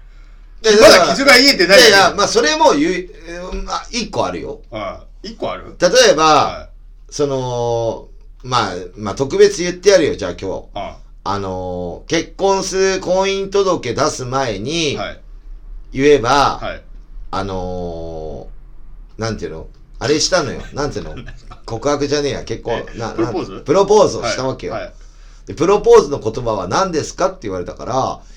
A: で
B: まだ傷が癒えてない
A: いや
B: だけ
A: いや、まあ、それも言う、うんまあ、一個あるよ。
B: はい一個ある
A: 例えば、
B: は
A: その、まあ、まあ、特別言ってやるよ、じゃあ今日。
B: いは
A: あのー結婚する婚姻届出す前
B: い
A: に、
B: はい
A: 言えば、
B: はい
A: あのーなんていうのあれしたのよ。なん ていうの告白じゃねえや、結婚。なな
B: プロポーズ
A: プロポーズを
B: はい
A: したわけよ。
B: はい
A: で、プロポーズの言葉は何ですかって言われたか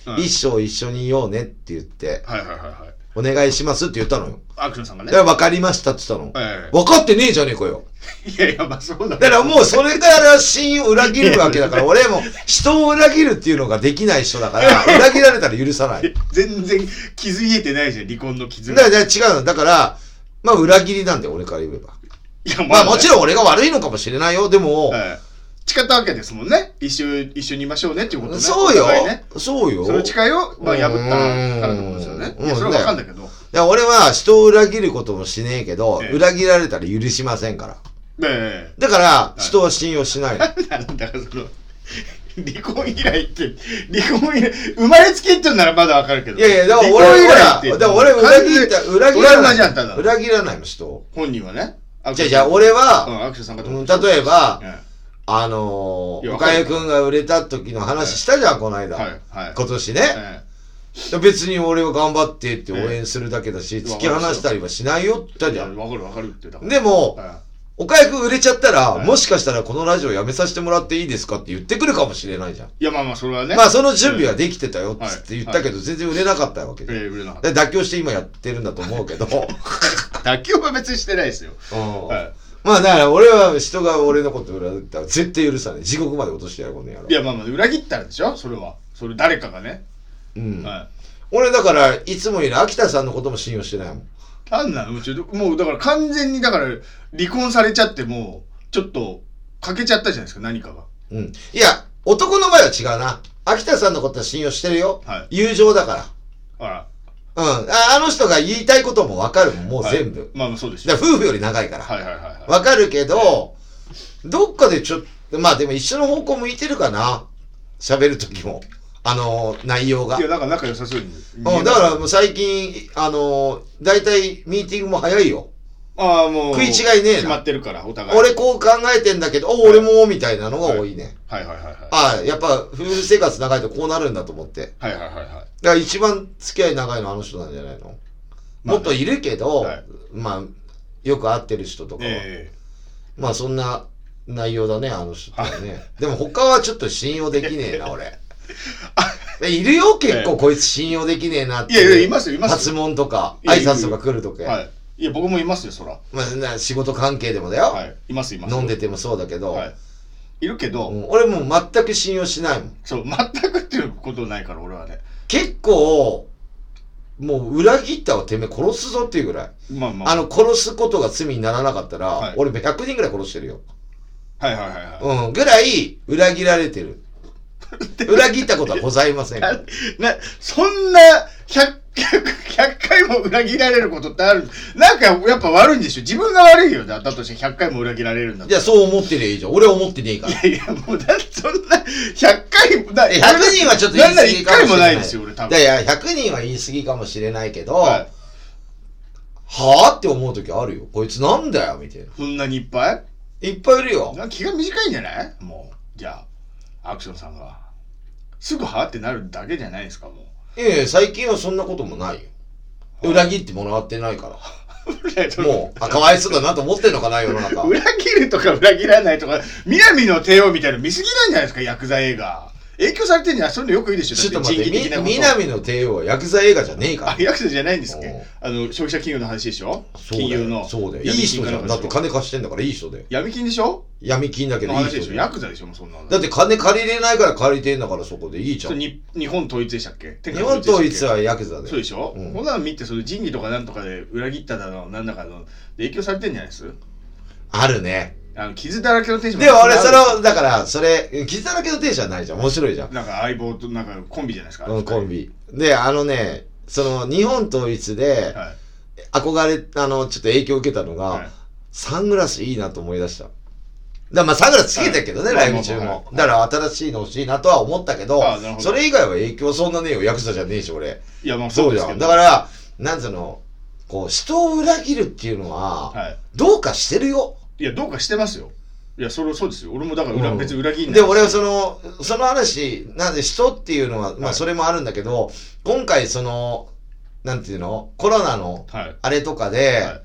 A: ら、
B: うん
A: 一生一緒にいようねって言って、
B: はいはいはいはい
A: お願いしますって言ったのよ。
B: アクションさんがね
A: だから分かりましたって言ったの。
B: はいはいはい
A: 分かってねえじゃねえかよ。
B: いやいやまあそう
A: だ
B: だけ
A: か
B: ど
A: らもうそれから信用を裏切るわけだ から、俺も人を裏切るっていうのができない人だから、裏切られたら許さない。だか
B: 全然傷癒えてないじゃん離婚の傷が
A: らだから違うの。だから、まあ裏切りなんだよ、俺から言えば。
B: いや
A: まあもちろん俺が悪いのかもしれないよ。でも、
B: はい、誓ったわけですもんね一緒一緒にいましょうねっていうことね
A: そうよ
B: お互いね、
A: そうよ。
B: その誓いを、まあ、破ったからってことですよね
A: うん
B: いやそれは分かんだけど、
A: いや俺は人を裏切ることもしねえけど、
B: ええ
A: 裏切られたら許しませんから。
B: え
A: だから、人は信用しないの。
B: えなんだかその離婚以来って離婚以来生まれつきって言うならまだ分かるけど
A: いやいや、だから俺は
B: 離婚以来って
A: だから俺裏切った、裏切
B: トラ
A: ら
B: ウ
A: な
B: マ
A: い。
B: じゃんただ
A: 裏切らないの、人を。
B: 本人はね
A: じゃあじゃあ俺
B: う
A: は、
B: ん、アクションさんが
A: うん例えば、
B: え
A: あの
B: い
A: ー、
B: や
A: 岡井くんが売れた時の話したじゃん、この
B: え
A: 間。
B: はいはい
A: 今年ね。
B: え
A: 別に俺は頑張ってって応援するだけだし、
B: え
A: 突き放したりはしないよって言った
B: えい
A: じゃ
B: や
A: ん。
B: 分かる分かるってだから
A: でも、
B: は
A: 岡井くん売れちゃったら、
B: はい
A: もしかしたらこのラジオやめさせてもらっていいですかって言ってくるかもしれないじゃん。
B: いいやまあまあそれはね
A: まあその準備はできてたよっつって
B: は
A: 言
B: い
A: ったけど、全然売れなかったわけ
B: え
A: で。
B: え売れなかっ
A: で妥協して今やってるんだと思うけど。
B: た妥協は別にしてないですよ
A: うん
B: はい
A: まあだから俺は人が俺のこと裏切ったら絶対許さない。地獄まで落としてやるこの野郎
B: い。やまあまあ裏切ったんでしょそれはそれ誰かがね、
A: うん。
B: は
A: 俺だからいつもいる秋田さんのことも信用してないもん。
B: いなんなのうちもうだから完全にだから離婚されちゃってもうちょっと欠けちゃったじゃないですか何かが
A: うん。いや、男の場合は違うな。秋田さんのことは信用してるよ。
B: は
A: 友情だから。
B: あら
A: うん。ああの人が言いたいこともわかるもん、もう全部。
B: まあまあそうでしょ
A: だから夫婦より長いから。
B: はいはいはいはい
A: わかるけど、どっかでちょっと、まあでも一緒の方向向いてるかな。喋るときも。あの、内容が
B: い。やなんか仲良さそうに見え
A: うん、だからもう最近、あの、大体ミーティングも早いよ。
B: ああもう
A: 食い違いねえな
B: 決まってるからお互い
A: 俺こう考えてんだけど、お、俺も、みたいなのが多いね。
B: はいはいはいはい
A: ああ、やっぱ夫婦生活長いとこうなるんだと思って。
B: はいはいはいはい
A: だから一番付き合い長いのはあの人なんじゃないのもっといるけど、
B: はい
A: まあ、よく会ってる人とかは、
B: え
A: まあそんな内容だね、あの人ってね。でも他はちょっと信用できねえ な、俺。えいるよ、結構、こいつ信用できねえなっていう。
B: いやいやいますよいますよ
A: 発問とか、
B: いやい
A: 挨
B: る
A: 拶とか来るとか。
B: えはい。いや、僕もいますよ、そら。
A: まあな、仕事関係でもだよ、
B: はい。います、います。
A: 飲んでてもそうだけど、
B: はい。いるけど、
A: もう俺もう全く信用しないもん。
B: そう、全くっていうことないから、俺はね。
A: 結構、もう裏切ったわ、てめえ殺すぞっていうぐらい。
B: まあまあ。
A: あの、殺すことが罪にならなかったら、
B: はい
A: 俺100人ぐらい殺してるよ。
B: はいはいはい は
A: うん、ぐらい裏切られてる。裏切ったことはございません。
B: い。な、そんな、100、100 100回も裏切られることってある。なんか、やっぱ悪いんでしょ自分が悪いよ。だだとして100回も裏切られるんだっ
A: じ
B: た
A: ゃあそう思ってりゃいいじゃん。俺は思ってねえから。
B: らいやいや、もうだってそんな、100回も、だ
A: え100人はちょっと言い過ぎかもしれない。
B: んなら1回もないですよ、俺多分。
A: いやいや、100人は言い過ぎかもしれないけど、
B: はい
A: は。ぁって思う時あるよ。こいつなんだよ、みたいな。
B: そんなにいっぱい
A: いっぱいいるよ。
B: なんか気が短いんじゃないもう。じゃあ、アクションさんが。すぐはあってなるだけじゃないですか、も
A: いやいや、最近はそんなこともないよ。裏切ってもらってないから。
B: う。
A: もう、あ、かわいそうだなと思ってんのかな、世 の中。
B: 裏切るとか裏切らないとか、南の帝王みたいなの見すぎなんじゃないですか、ヤクザ映画。影響されてんじゃないそういうのよくいいでしょ、
A: ちょっと待って、
B: だって人気的な
A: み
B: こと。
A: 南の帝王はヤクザ映画じゃねえから
B: あ、。ヤクザじゃないんですっ
A: おう
B: けあの、消費者金融の話でしょ
A: そうだ
B: 金
A: よ
B: 融の。
A: そうだよ。いい
B: 闇
A: 人
B: 金
A: じ
B: か
A: ゃ
B: なん
A: ん。
B: か
A: だっ
B: でしてょ
A: 金貸してんだからいい人だよ。
B: 闇金でしょ
A: 闇金だけど
B: の
A: いい
B: 話で
A: 人
B: しょ
A: だよ
B: ヤ。クザでしょ、もうそんなの。
A: だって金借りれないから借りてんだからそこでいいじゃ
B: それ
A: ん。日
B: に日本統一でしたっけ日
A: 本統一はヤクザで
B: そうで。しょ、
A: うん
B: こんなの見てその仁義とかなんとかで裏切っただのなんだかので影響されてんじゃないです
A: あるね。
B: あの傷だらけの天使
A: でも俺、それ
B: は
A: を、だから、それ、傷だらけの手じゃないじゃん。面白いじゃん。
B: なんか相棒となんかコンビじゃないですか、
A: うん、コンビ。で、あのね、その、日本統一で、
B: はい
A: 憧れ、あの、ちょっと影響を受けたのが、
B: はい
A: サングラスいいなと思い出した。だからまあサングラスつけてるけどね、
B: は
A: ラ
B: い
A: イブ中も。
B: はい
A: だから新しいの欲しいなとは思ったけど
B: あなるほ、ど
A: それ以外は影響そんなねえよ。ヤクザじゃねえし、俺。
B: いやまあ
A: そ
B: そ
A: うう
B: で
A: じ
B: す
A: ゃ
B: け
A: ん。
B: ど
A: だから、なんその、こう、人を裏切るっていうのは、
B: はい
A: どうかしてるよ。
B: いやどうかしてますよいやそれそうですよ俺もだから裏、
A: うん
B: 別に裏切んない
A: で、俺はその、その話、なんで人っていうのは、ま
B: は
A: あ
B: い
A: それもあるんだけど、今回その、なんていうのコロナの、
B: はい
A: あれとかで、
B: は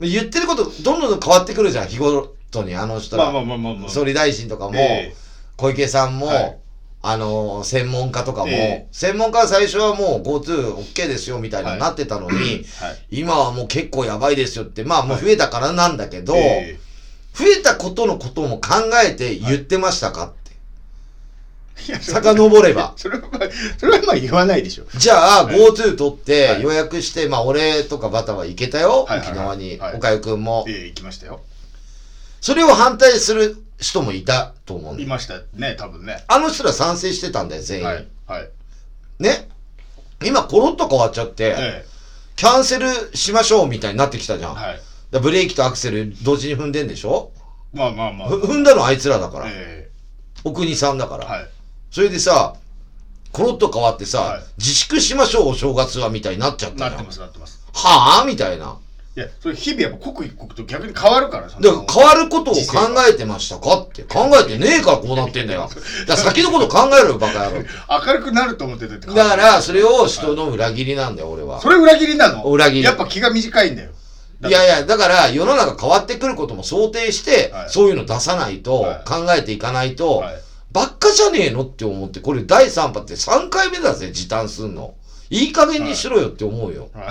A: 言ってることどんどん変わってくるじゃん、日ごとに、あの人ら。
B: まあまあまあまあまあ
A: 総理大臣とかも、
B: ええ
A: 小池さんも、
B: はい
A: あのー、専門家とかも、
B: ええ
A: 専門家は最初はもう GoToOK ですよみたいな
B: はい
A: なってたのに、
B: はい
A: 今はもう結構やばいですよって、まあもう増えたからなんだけど、
B: え
A: 増えたことのことも考えて言ってましたかって。
B: えいやそれ
A: 遡れ ば。
B: それはまあそれはまあ言わないでしょ
A: じゃあ、
B: はい
A: GoTo 取って
B: はい
A: 予約して、まあ俺とかバタは行けたよ、
B: はいはいは
A: 沖
B: い
A: 縄に、
B: はい
A: おかゆくんも、
B: ええ行きましたよ
A: それを反対する人もいたと思う
B: い
A: の。
B: ましたね多分ね
A: あの人ら賛成してたんだよ、全員。
B: はいはい
A: ね今、コロッと変わっちゃって、
B: え
A: キャンセルしましょうみたいになってきたじゃん。
B: えはい
A: だブレーキとアクセル同時に踏んでんでしょ
B: まあまあまあ
A: ふ踏んだのあいつらだから。
B: え
A: お国さんだから。
B: えはい
A: それでさ、コロッと変わってさ、
B: はい
A: 自粛しましょうお正月はみたいになっちゃったじゃ
B: なんってますなってます
A: はぁみたいな。
B: いや、それ日々やっぱ刻一刻と逆に変わるから、そ
A: で
B: の
A: 変わることを考えてましたかって。考えてねえからこうなってんだよ。 だから先のこと考えろよ、バカ野郎。
B: 明るくなると思ってたって
A: だから、それを人の裏切りなんだよ、俺は
B: そ。れ裏切りなの
A: 裏切り
B: やっぱ気が短いんだよ。
A: いやいや、だから、世の中変わってくることも想定して、
B: はい
A: そういうの出さないと、
B: はい
A: 考えていかないと、
B: はい
A: ばっかじゃねえのって思って、これ第3波って3回目だぜ、時短すんの。いい加減にしろよって思うよ。
B: は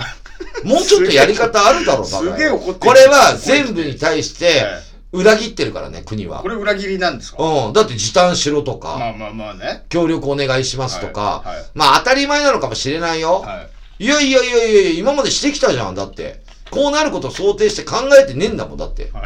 B: い
A: もうちょっとやり方あるだろ、
B: す
A: バ
B: げ
A: カ
B: え
A: 野郎
B: すげえ怒って
A: こ
B: る
A: れは全部に対して
B: はい、
A: 裏切ってるからね、国は
B: こ。れ裏切りなんですか
A: うん。だって時短しろとか、
B: まあまあまあね。
A: 協力お願いしますとか、
B: はいはい
A: まあ当たり前なのかもしれないよ。
B: はい
A: やいやいやいやいや、今までしてきたじゃん、だって。こうなることを想定して考えてねえんだもん、だって
B: い。。はい。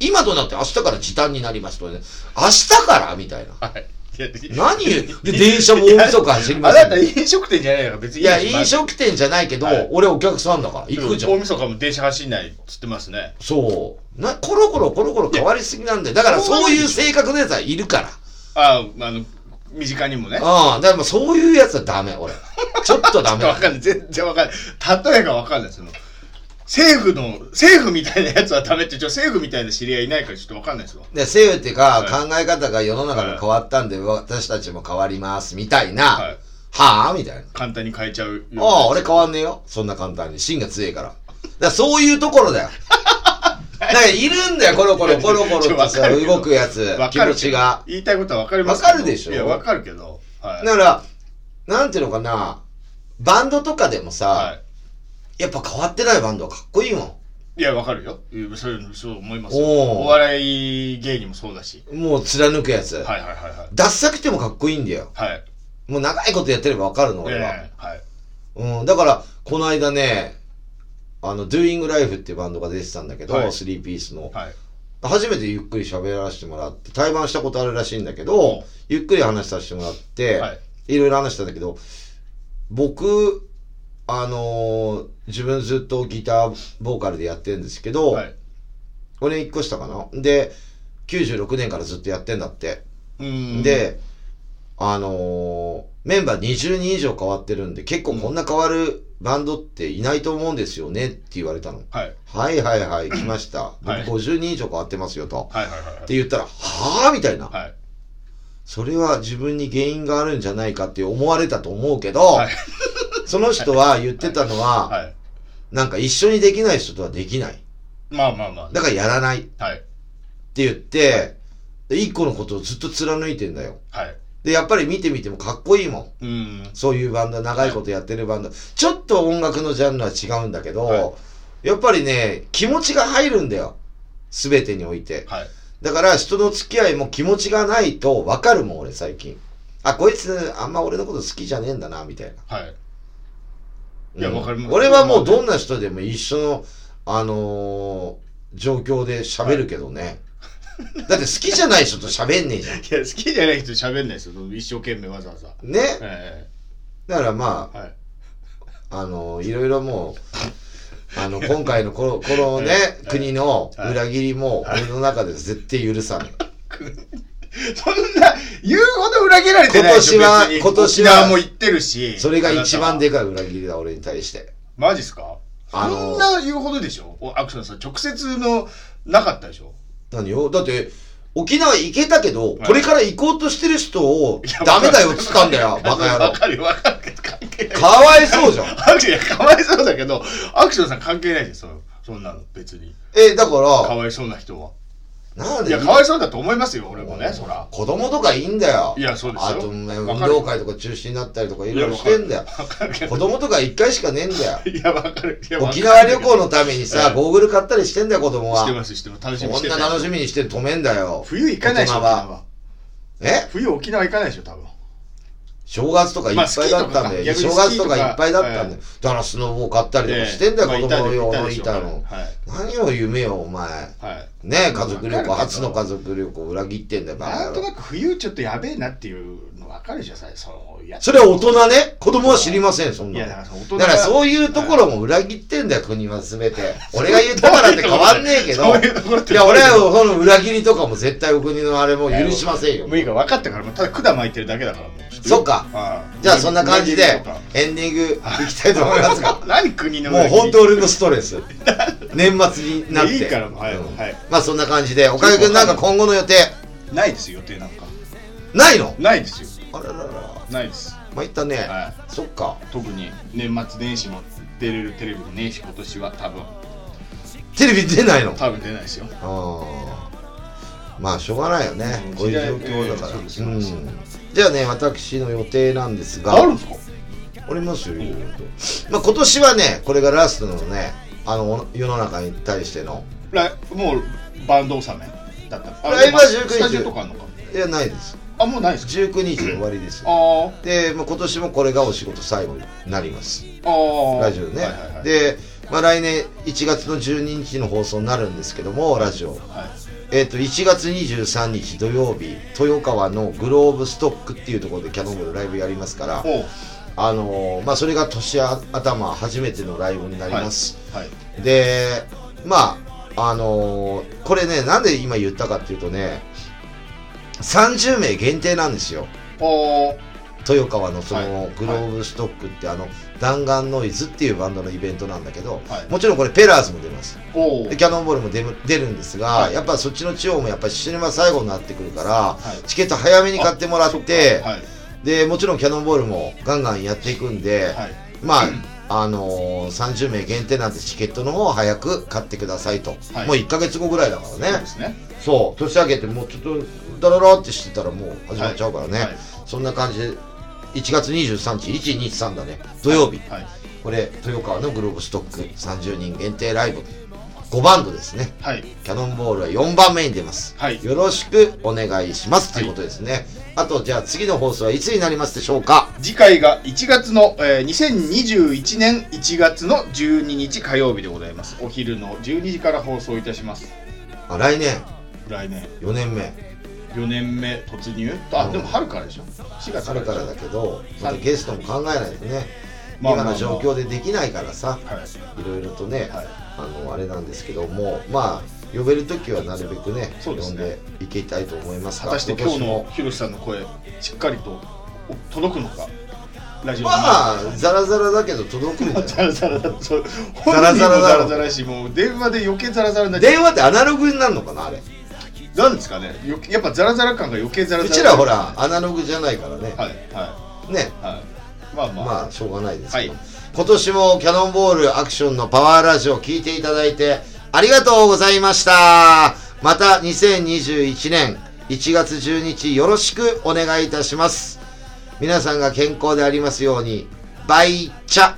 A: 今となって明日から時短になりますとね、明日からみたいな。
B: はい。いや
A: 何言うで、電車も大晦日走りま
B: あ
A: す
B: なた飲食店じゃないから別に
A: いや、
B: ですまあ
A: 飲食店じゃないけど、
B: はい
A: 俺お客さんだから、行くじゃ
B: 大
A: ん。
B: 晦日も電車走んないっつってますね。
A: そう。な、コロコロコロコロ変わりすぎなんで、だからそういう性格のやつはいるから。
B: ああ、あの、身近にもね。わ
A: うん。だからもうそういうやつはダメ、俺。ちょっとダメ。
B: かんない。全 然わかんない。例えがわかんない。その、政府の、政府みたいなやつはダメって、ちょ、政府みたいな知り合いいないからちょっとわかんないですよ。
A: で、西洋っていうか、
B: はい
A: 考え方が世の中が変わったんで、私たちも変わります、みたいな、
B: はい
A: はあみたいな。
B: 簡単に変えちゃうようなやつ。
A: ああ、俺変わんねえよ。そんな簡単に。芯が強いから。だからそういうところだ よ。なんかいるんだよ、コロコロコロコロ
B: ちょ
A: と
B: わ
A: さ、
B: かるけど
A: 動くやつ
B: わ、
A: 気
B: かる
A: 持
B: け
A: ち
B: ど
A: が。
B: 言いたいことはわかりますけ
A: わ
B: ど
A: かるでしょ
B: いや、わかるけど。はい。
A: だから、なんていうのかな、バンドとかでもさ、
B: は
A: やっぱ変わってないバンドはかっこいいもん。
B: い。いや、わかるよ。うんそういうのそう思いますよ。
A: おー
B: お笑い芸人もそうだし。
A: もう貫くやつ。
B: はいはいはいはい。
A: ダッサくてもかっこいいんだよ。
B: はい。
A: もう長いことやってればわかるの、俺は。
B: ええはい。
A: うん、だから、この間ね、あの、Doing Life っていうバンドが出てたんだけど、
B: はい
A: スリーピースの。
B: はい。
A: 初めてゆっくり喋らせてもらって、対バンしたことあるらしいんだけど、ゆっくり話させてもらって、
B: はい
A: い、ろいろ話したんだけど、僕、あのー自分ずっとギター、ボーカルでやってるんですけど、
B: はい。
A: 5年1個下かな。で、96年からずっとやってんだって。
B: うーん、
A: で、あのーメンバー20人以上変わってるんで、結構こんな変わるバンドっていないと思うんですよねって言われたの。
B: はい。
A: はいはいはい、来ました。僕
B: はい
A: 50人以上変わってますよと。
B: はいはいはいは
A: っ
B: い。
A: て言ったら、はぁみたいな。
B: はい。
A: それは自分に原因があるんじゃないかって思われたと思うけど、
B: はい。
A: その人は言ってたのは、
B: はい。
A: なんか一緒にできない人とはできない。
B: まあまあまあ、
A: だからやらないって
B: はい。
A: 言って、で一個のことをずっと貫いてんだよ。
B: はい。
A: で、やっぱり見てみてもかっこいいもん。
B: うーん。
A: そういうバンド、長いことやってるバンド。ちょっと音楽のジャンルは違うんだけど、
B: は
A: やっぱりね、気持ちが入るんだよ。すべてにおいて。
B: はい。
A: だから人の付き合いも気持ちがないとわかるもん、俺最近。あ、こいつあんま俺のこと好きじゃねえんだな、みたいな。
B: はい。いや
A: うん
B: わかります
A: 俺はもうどんな人でも一緒の、あのー状況で喋るけどね。だって好きじゃない人と喋んねえじゃん。
B: いや、好きじゃない人喋んないですよ。その一生懸命わざわざ。
A: ね。
B: え
A: だからま
B: えはい。
A: あ、あのーいろいろもう、あの、今回のこ の、このね、
B: はい
A: 国の
B: はい
A: 裏切りも、俺の中で絶対許さない。
B: そんな、言うほど裏切られてないでしょ
A: 今年は
B: 別に
A: 今年は
B: 沖縄も行ってるし。
A: それが一番で
B: か
A: かい裏切りだ、俺に対して。
B: マジっすか
A: あの
B: そんな言うほどでしょおアクションさん、直接の、なかったでしょ
A: 何よだって、沖縄行けたけど、
B: はい
A: これから行こうとしてる人を
B: いや、
A: ダメだよっつったんだ よ、バカ野
B: わ
A: 郎。
B: かるよ、わかるけど、関係ない。
A: かわいそうじゃん。
B: アクション、いやかわいそうだけど、アクションさん関係ないですよ。そんなの、別に。
A: え、だか、
B: からわいそうな人は。
A: なん
B: い
A: で
B: や、かわいそうだと思いますよ、俺もね、そら。
A: 子供とかいいんだよ。
B: いやそうですよ
A: あと、ね、運
B: わかる
A: 動会とか中止になったりとかいろいろしてんだよ。
B: わかるけど
A: 子。供とか一回しかねえんだよ。
B: いや、わかる。いや
A: 沖縄旅行の
B: た
A: ために
B: え
A: さ、
B: え
A: ゴーグル買ったりしてんだよ、子供
B: して
A: は。
B: ます、してます。楽しみに
A: こ
B: して
A: ん
B: た
A: な
B: でしょ
A: 楽しみにして止めんだよ。
B: 冬行かないでしょ、
A: 大
B: 沖
A: 人は
B: 縄。
A: え
B: 冬沖縄行かないでしょ、多分。
A: 正月とかいっぱいだったん
B: まあスキーとか
A: だよ。
B: 逆にスキー
A: 正
B: とか
A: 月とかいっぱいだったんだよ。だからスノボを買ったりとかしてんだよ、
B: ええ
A: 子
B: まあ
A: 供用
B: た
A: の
B: でしょう
A: 板の。
B: はい。
A: 何を夢をお前。
B: はい。
A: ねえ、家族旅
B: わかるけ
A: 行、
B: ど
A: 初の家族旅行裏切ってんだよ、バカ
B: な
A: 野
B: んと
A: 郎
B: なく冬ちょっとやべえなっていうの分かるじゃん、さそのやつ
A: それは大人ね。子供は知りません、そん
B: い
A: な
B: や、
A: の
B: だからその大人
A: だからそう
B: う
A: いうところも裏切ってんだよ、国は全て。俺が言ったからって変わんねえけど。
B: そういうところって
A: いや、俺はこの裏切りとかも絶対お国のあれも許しませんよ。
B: もういいから分かったから、もうただ管巻いてるだけだから、もう。
A: そっか
B: はい。
A: じゃあそんな感じで
B: とか
A: エンディングいきたいと思いますが。
B: 何国の
A: もう本当俺のストレス。年末になって。
B: いやいいからもうはい
A: ん
B: はい
A: まあそんな感じで、岡井くんなんか今後の予定、
B: ないですよ、予定なんか。
A: ないの
B: ないですよ。
A: あららら。
B: ないです。
A: まいったね。
B: は
A: そっか。
B: 特に年末年始も出れるテレビもねえし、今年は多分。
A: テレビ出ないの。
B: 多分出ないですよ。
A: あーまあしょうがないよね
B: うん
A: こういう状況だから、
B: そうです
A: うん
B: そう
A: じゃあね私の予定なんですが
B: あるんですか
A: ありますよ、いろいろとまあ、今年はねこれがラストのねあの世の中に対しての
B: ライもうバンド納めだったあ
A: ライブは19日
B: スタジオとかあんのか
A: いやないです
B: あもうないですか
A: 19日で終わりです
B: あー
A: で、まあ、今年もこれがお仕事最後になります
B: あー
A: ラジオね、
B: はいはいはい、
A: で、まあ、来年1月の12日の放送になるんですけどもラジオ
B: はい
A: えっ、と、1月23日土曜日、豊川のグローブストックっていうところでキャノンボールライブやりますから、
B: おう
A: あのーまあ、それが年あ頭初めてのライブになります。
B: はい
A: で、まあ、あのーこれね、なんで今言ったかっていうとね、30名限定なんですよ。
B: おー
A: 豊川のそ
B: は
A: の
B: い
A: グローブストックってあの弾丸ノイズっていうバンドのイベントなんだけど、
B: はい
A: もちろんこれペラーズも出ます。
B: お
A: で
B: ー
A: キャノンボールも出る出るんですが、
B: はい
A: やっぱそっちの地方もやっぱシネマ最後になってくるから、
B: はい
A: チケット早めに買ってもらっ
B: そ
A: て、
B: かはい
A: で、もちろんキャノンボールもガンガンやっていくんで、
B: はい
A: まあ、あのー30名限定なんてチケットの方を早く買ってくださいと、
B: はい
A: もう1ヶ月後ぐらいだか
B: そう
A: ら
B: で
A: ね
B: すね。
A: そう年明けてもうちょっとダララってしてたらもう始まっちゃうからね、
B: はい
A: そんな感じで1月23日123だね土曜日、
B: はい。
A: これ豊川のグローブストック30人限定ライブ5バンドですね
B: はい。
A: キャノンボールは4番目に出ます、
B: はい
A: よろしくお願いしますということですね、あとじゃあ次の放送はいつになりますでしょうか
B: 次回が1月の、えー、2021年1月の12日火曜日でございます。お昼の12時から放送いたします。
A: あ来年
B: 来年
A: 4年目
B: 4年目突入。あ、
A: うん
B: でも春からでしょ。4月
A: 春から
B: でし
A: だけ
B: ょ
A: ど、またゲストも考えないとね、
B: まあまあまあ
A: 今の状況でできないからさ、
B: はい。
A: いろいろとね、
B: はい
A: あのあれなんですけども、まあ、呼べるときはなるべくね、
B: そうです
A: 呼ん
B: ね
A: でいきたいと思います
B: 果
A: が、
B: たして今日
A: 年
B: の
A: も
B: ひろしさんの声、しっかりと届くのか。ラジオ
A: まあ、ザラザラだけど届く んだよ。
B: ザラザラだそう本
A: ザラ
B: 人
A: ザラだろ
B: もザラザラしもう電話で余計ザラザラになっちゃ
A: 電話ってアナログになるのかな、あれ。う
B: うなんですかねよやっぱザラザラ感が余計ザラザラ
A: ちらほら、アナログじゃないからね、
B: はいは
A: ね、
B: いはいまあまあ、
A: まあ、しょうがないですけど、
B: はい
A: 今年もキャノンボールアクションのパワーラジオを聞いていただいてありがとうございました。また2021年1月12日よろしくお願いいたします。皆さんが健康でありますように、バイチャ